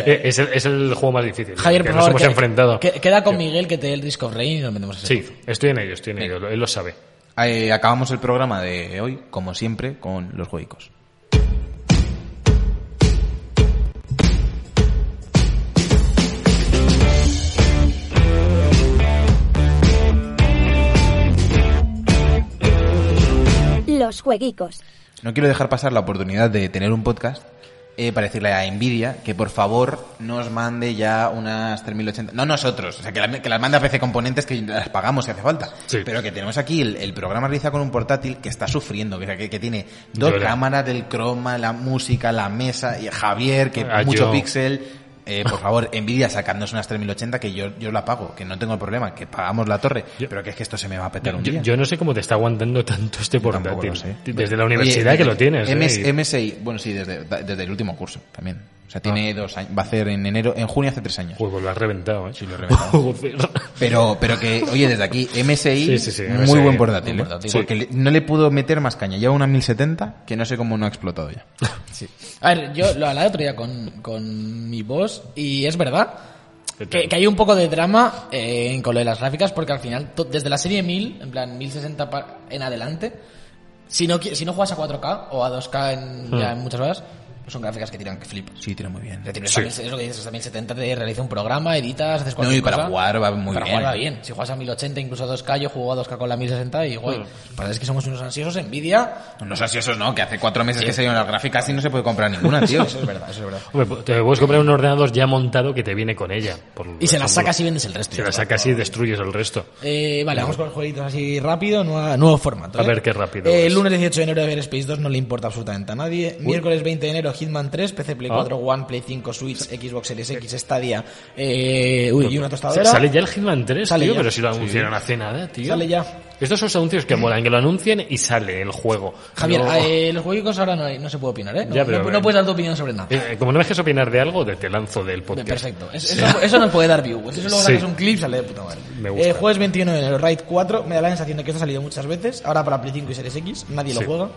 Eh, es, el, es el juego más difícil. Javier, que por nos favor. hemos que- enfrentado. que- queda con Miguel que te dé el disco of Rain y nos metemos a ese Sí, estoy en ello, estoy en ello. Él lo sabe. Eh, acabamos el programa de hoy, como siempre, con los juegos. Los jueguicos. No quiero dejar pasar la oportunidad de tener un podcast eh, para decirle a Nvidia que por favor nos mande ya unas 3080. No nosotros, o sea, que, la- que las mande a PC Componentes que las pagamos si hace falta. Sí. Pero que tenemos aquí el, el programa realizado con un portátil que está sufriendo, que, que, que tiene dos Llora. cámaras, del croma, la música, la mesa, y Javier, que Ah, mucho yo. pixel. Eh, por favor, Nvidia sacadnos unas 3080 que yo, yo la pago, que no tengo el problema, que pagamos la torre, Yo- pero que es que esto se me va a petar Yo, un día. yo no sé cómo te está aguantando tanto este Tampoco portátil. lo sé. Desde la universidad Oye, que lo tienes. eh, MS y- MSI, bueno, sí, desde, desde el último curso también. O sea, Ah. tiene dos años. Va a hacer en enero, en junio hace tres años. Uy, pues lo has reventado, ¿eh? Sí, lo he reventado. Pero, pero que, oye, desde aquí, MSI, Sí, sí, sí, muy MSI, buen portátil. buen ¿eh? portátil. Porque le- no le pudo meter más caña. Lleva una 1070 que no sé cómo no ha explotado ya. A ver, yo lo hablaba otro día con, con mi boss y es verdad ¿Qué tal? que, que hay un poco de drama eh, en con lo de las gráficas porque al final, to- desde la serie 1000, en plan 1060 pa- en adelante, si no, qui- si no juegas a 4K o a 2K Hmm. en, ya en muchas horas, pues son gráficas que tiran que flipas. Sí, tira muy bien. Es decir, Sí. esta 1000 es lo que dices, esta 1070 te realiza un programa, editas, haces No, cualquier y para cosa. jugar va muy Para bien. jugar va bien. Si juegas a 1080, incluso a 2K, yo juego a 2K con la 1060 y Hmm. guay. Para es que somos unos ansiosos, envidia. Unos ansiosos, ¿no? Que hace cuatro meses que salieron las gráficas y no se puede comprar ninguna, tío. Eso es verdad, eso es verdad. Hombre, pu- te puedes comprar un ordenador ya montado que te viene con ella. por Y se las ejemplo. sacas y vendes el resto. Pues Se las sacas y destruyes el resto. Eh, vale, vamos con los jueguitos así rápido, nueva- nuevo formato. A ¿eh? ver qué rápido Eh, es. El lunes 18 de enero de Space 2 no le importa absolutamente a nadie. Miércoles 20 de enero Hitman 3, PC Play Ah. 4, One, Play 5, Switch, Xbox Series X, Stadia eh, uy, y una Se- tostadora. Sale ya el Hitman 3, Sale tío, ya. pero si lo anunciaron hace nada, eh, tío. Sale ya. Estos son los anuncios que molan, que lo anuncien y sale el juego. Javier, No- eh, los juegos ahora no, hay- no se puede opinar, ¿eh? No, Ya, pero- no- no puedes dar tu opinión sobre nada. Eh, Como no me dejes opinar de algo, te, te lanzo del podcast. Perfecto. Es- Eso, eso nos puede dar view. Eso luego Sí. sacas un clip, sale de puta madre. Me gusta. Eh, jueves 21 de enero, Raid 4. Me da la sensación de que esto ha salido muchas veces. Ahora para Play 5 y Series X. Nadie Sí. lo juega.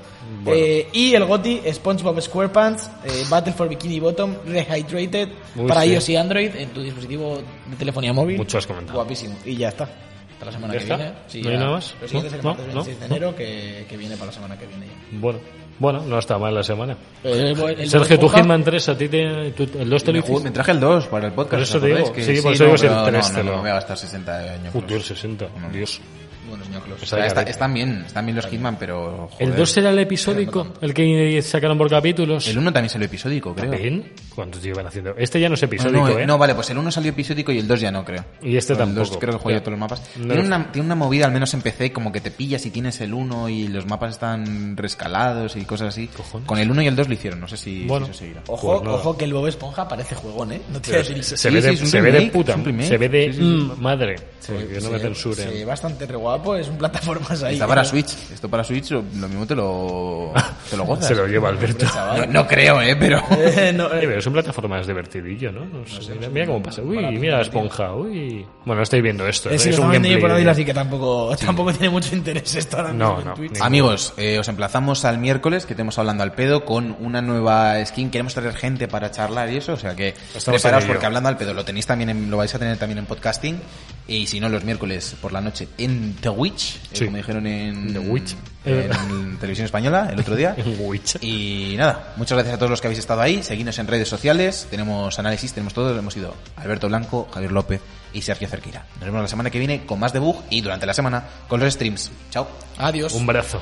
Bueno. Eh, y el GOTI, SpongeBob SquarePants, eh, Battle for Bikini Bottom, Rehydrated, Uy, para sí. iOS y Android, en tu dispositivo de telefonía móvil. Mucho has comentado. Guapísimo. Y ya está. Hasta la semana ¿Ya que está? viene. Sí, ¿No hay ya. nada más? Lo siguiente es el ¿No? martes ¿No? 26 de enero, que, que viene para la semana que viene. ya. Bueno, bueno, no está mal la semana. Eh, el bo- el Sergio, tu Bob Esponja- Hitman 3, a ti te, tú- el 2 te lo Me, ju- hiciste. me traje el 2 para el podcast. Por eso ¿os acordáis? digo, Que sí, por eso digo si el pero tres no, te no, lo- no, voy a gastar 60 años. Uy, tú eres 60, Dios. buenos ñoclos. Pues O sea, hay que está- ver. están bien, están bien los Hitman, pero. joder. ¿El 2 era el episódico? ¿El que sacaron por capítulos? El 1 también salió episódico, creo. Ah, ¿También? ¿Cuántos llevan haciendo? Este ya no es No, episódico, no, ¿eh? no, vale, pues el 1 salió episódico y el 2 ya no, creo. Pues Y este el dos tampoco. creo que jugué Ya. todos los mapas. No tiene, lo una, tiene una movida, al menos en PC, como que te pillas y tienes el 1 y los mapas están rescalados y cosas así. Cojones. Con el 1 y el 2 lo hicieron, no sé si, si Bueno. eso seguirá. Ojo, Pues nada. ojo que el Bob Esponja parece juegón, ¿eh? No te voy a Pero decir- se, se Sí, ve sí, de, es un se ve de remake, puta, es un remake. se ve de Sí, sí, sí. mm, madre. que no me se- censuren. se ve Pues bastante re guapo, es un plataformas ahí. Está para Switch. Esto para Switch lo lo mismo te lo, te lo gozas. Se lo lleva Alberto. No, no creo, ¿eh? Pero... Eh, no, Eh, eh, pero son plataformas divertidillo, ¿no? No sé, mira, mira cómo pasa. Uy, mira la esponja. Uy. Bueno, no estoy viendo esto. eh, Es, sí, un lo estaba viendo yo por gameplay. Adil, así que tampoco, tampoco tiene mucho interés esto ahora No, mismo en no, Twitch. ni- Amigos, eh, os emplazamos al miércoles que tenemos hablando al pedo con una nueva skin. Queremos traer gente para charlar y eso, o sea que Estamos preparaos en ello. porque hablando al pedo lo tenéis también, en- lo vais a tener también en podcasting y si no los miércoles por la noche en The Witch, eh, Sí. como dijeron en The Witch. en televisión española el otro día. Un Witch. Y nada, muchas gracias a todos los que habéis estado ahí. Seguidnos en redes sociales, tenemos análisis, tenemos todo. Hemos ido Alberto Blanco, Javier López y Sergio Cerquira. Nos vemos la semana que viene con más debug y durante la semana con los streams. Chao. Adiós. Un brazo.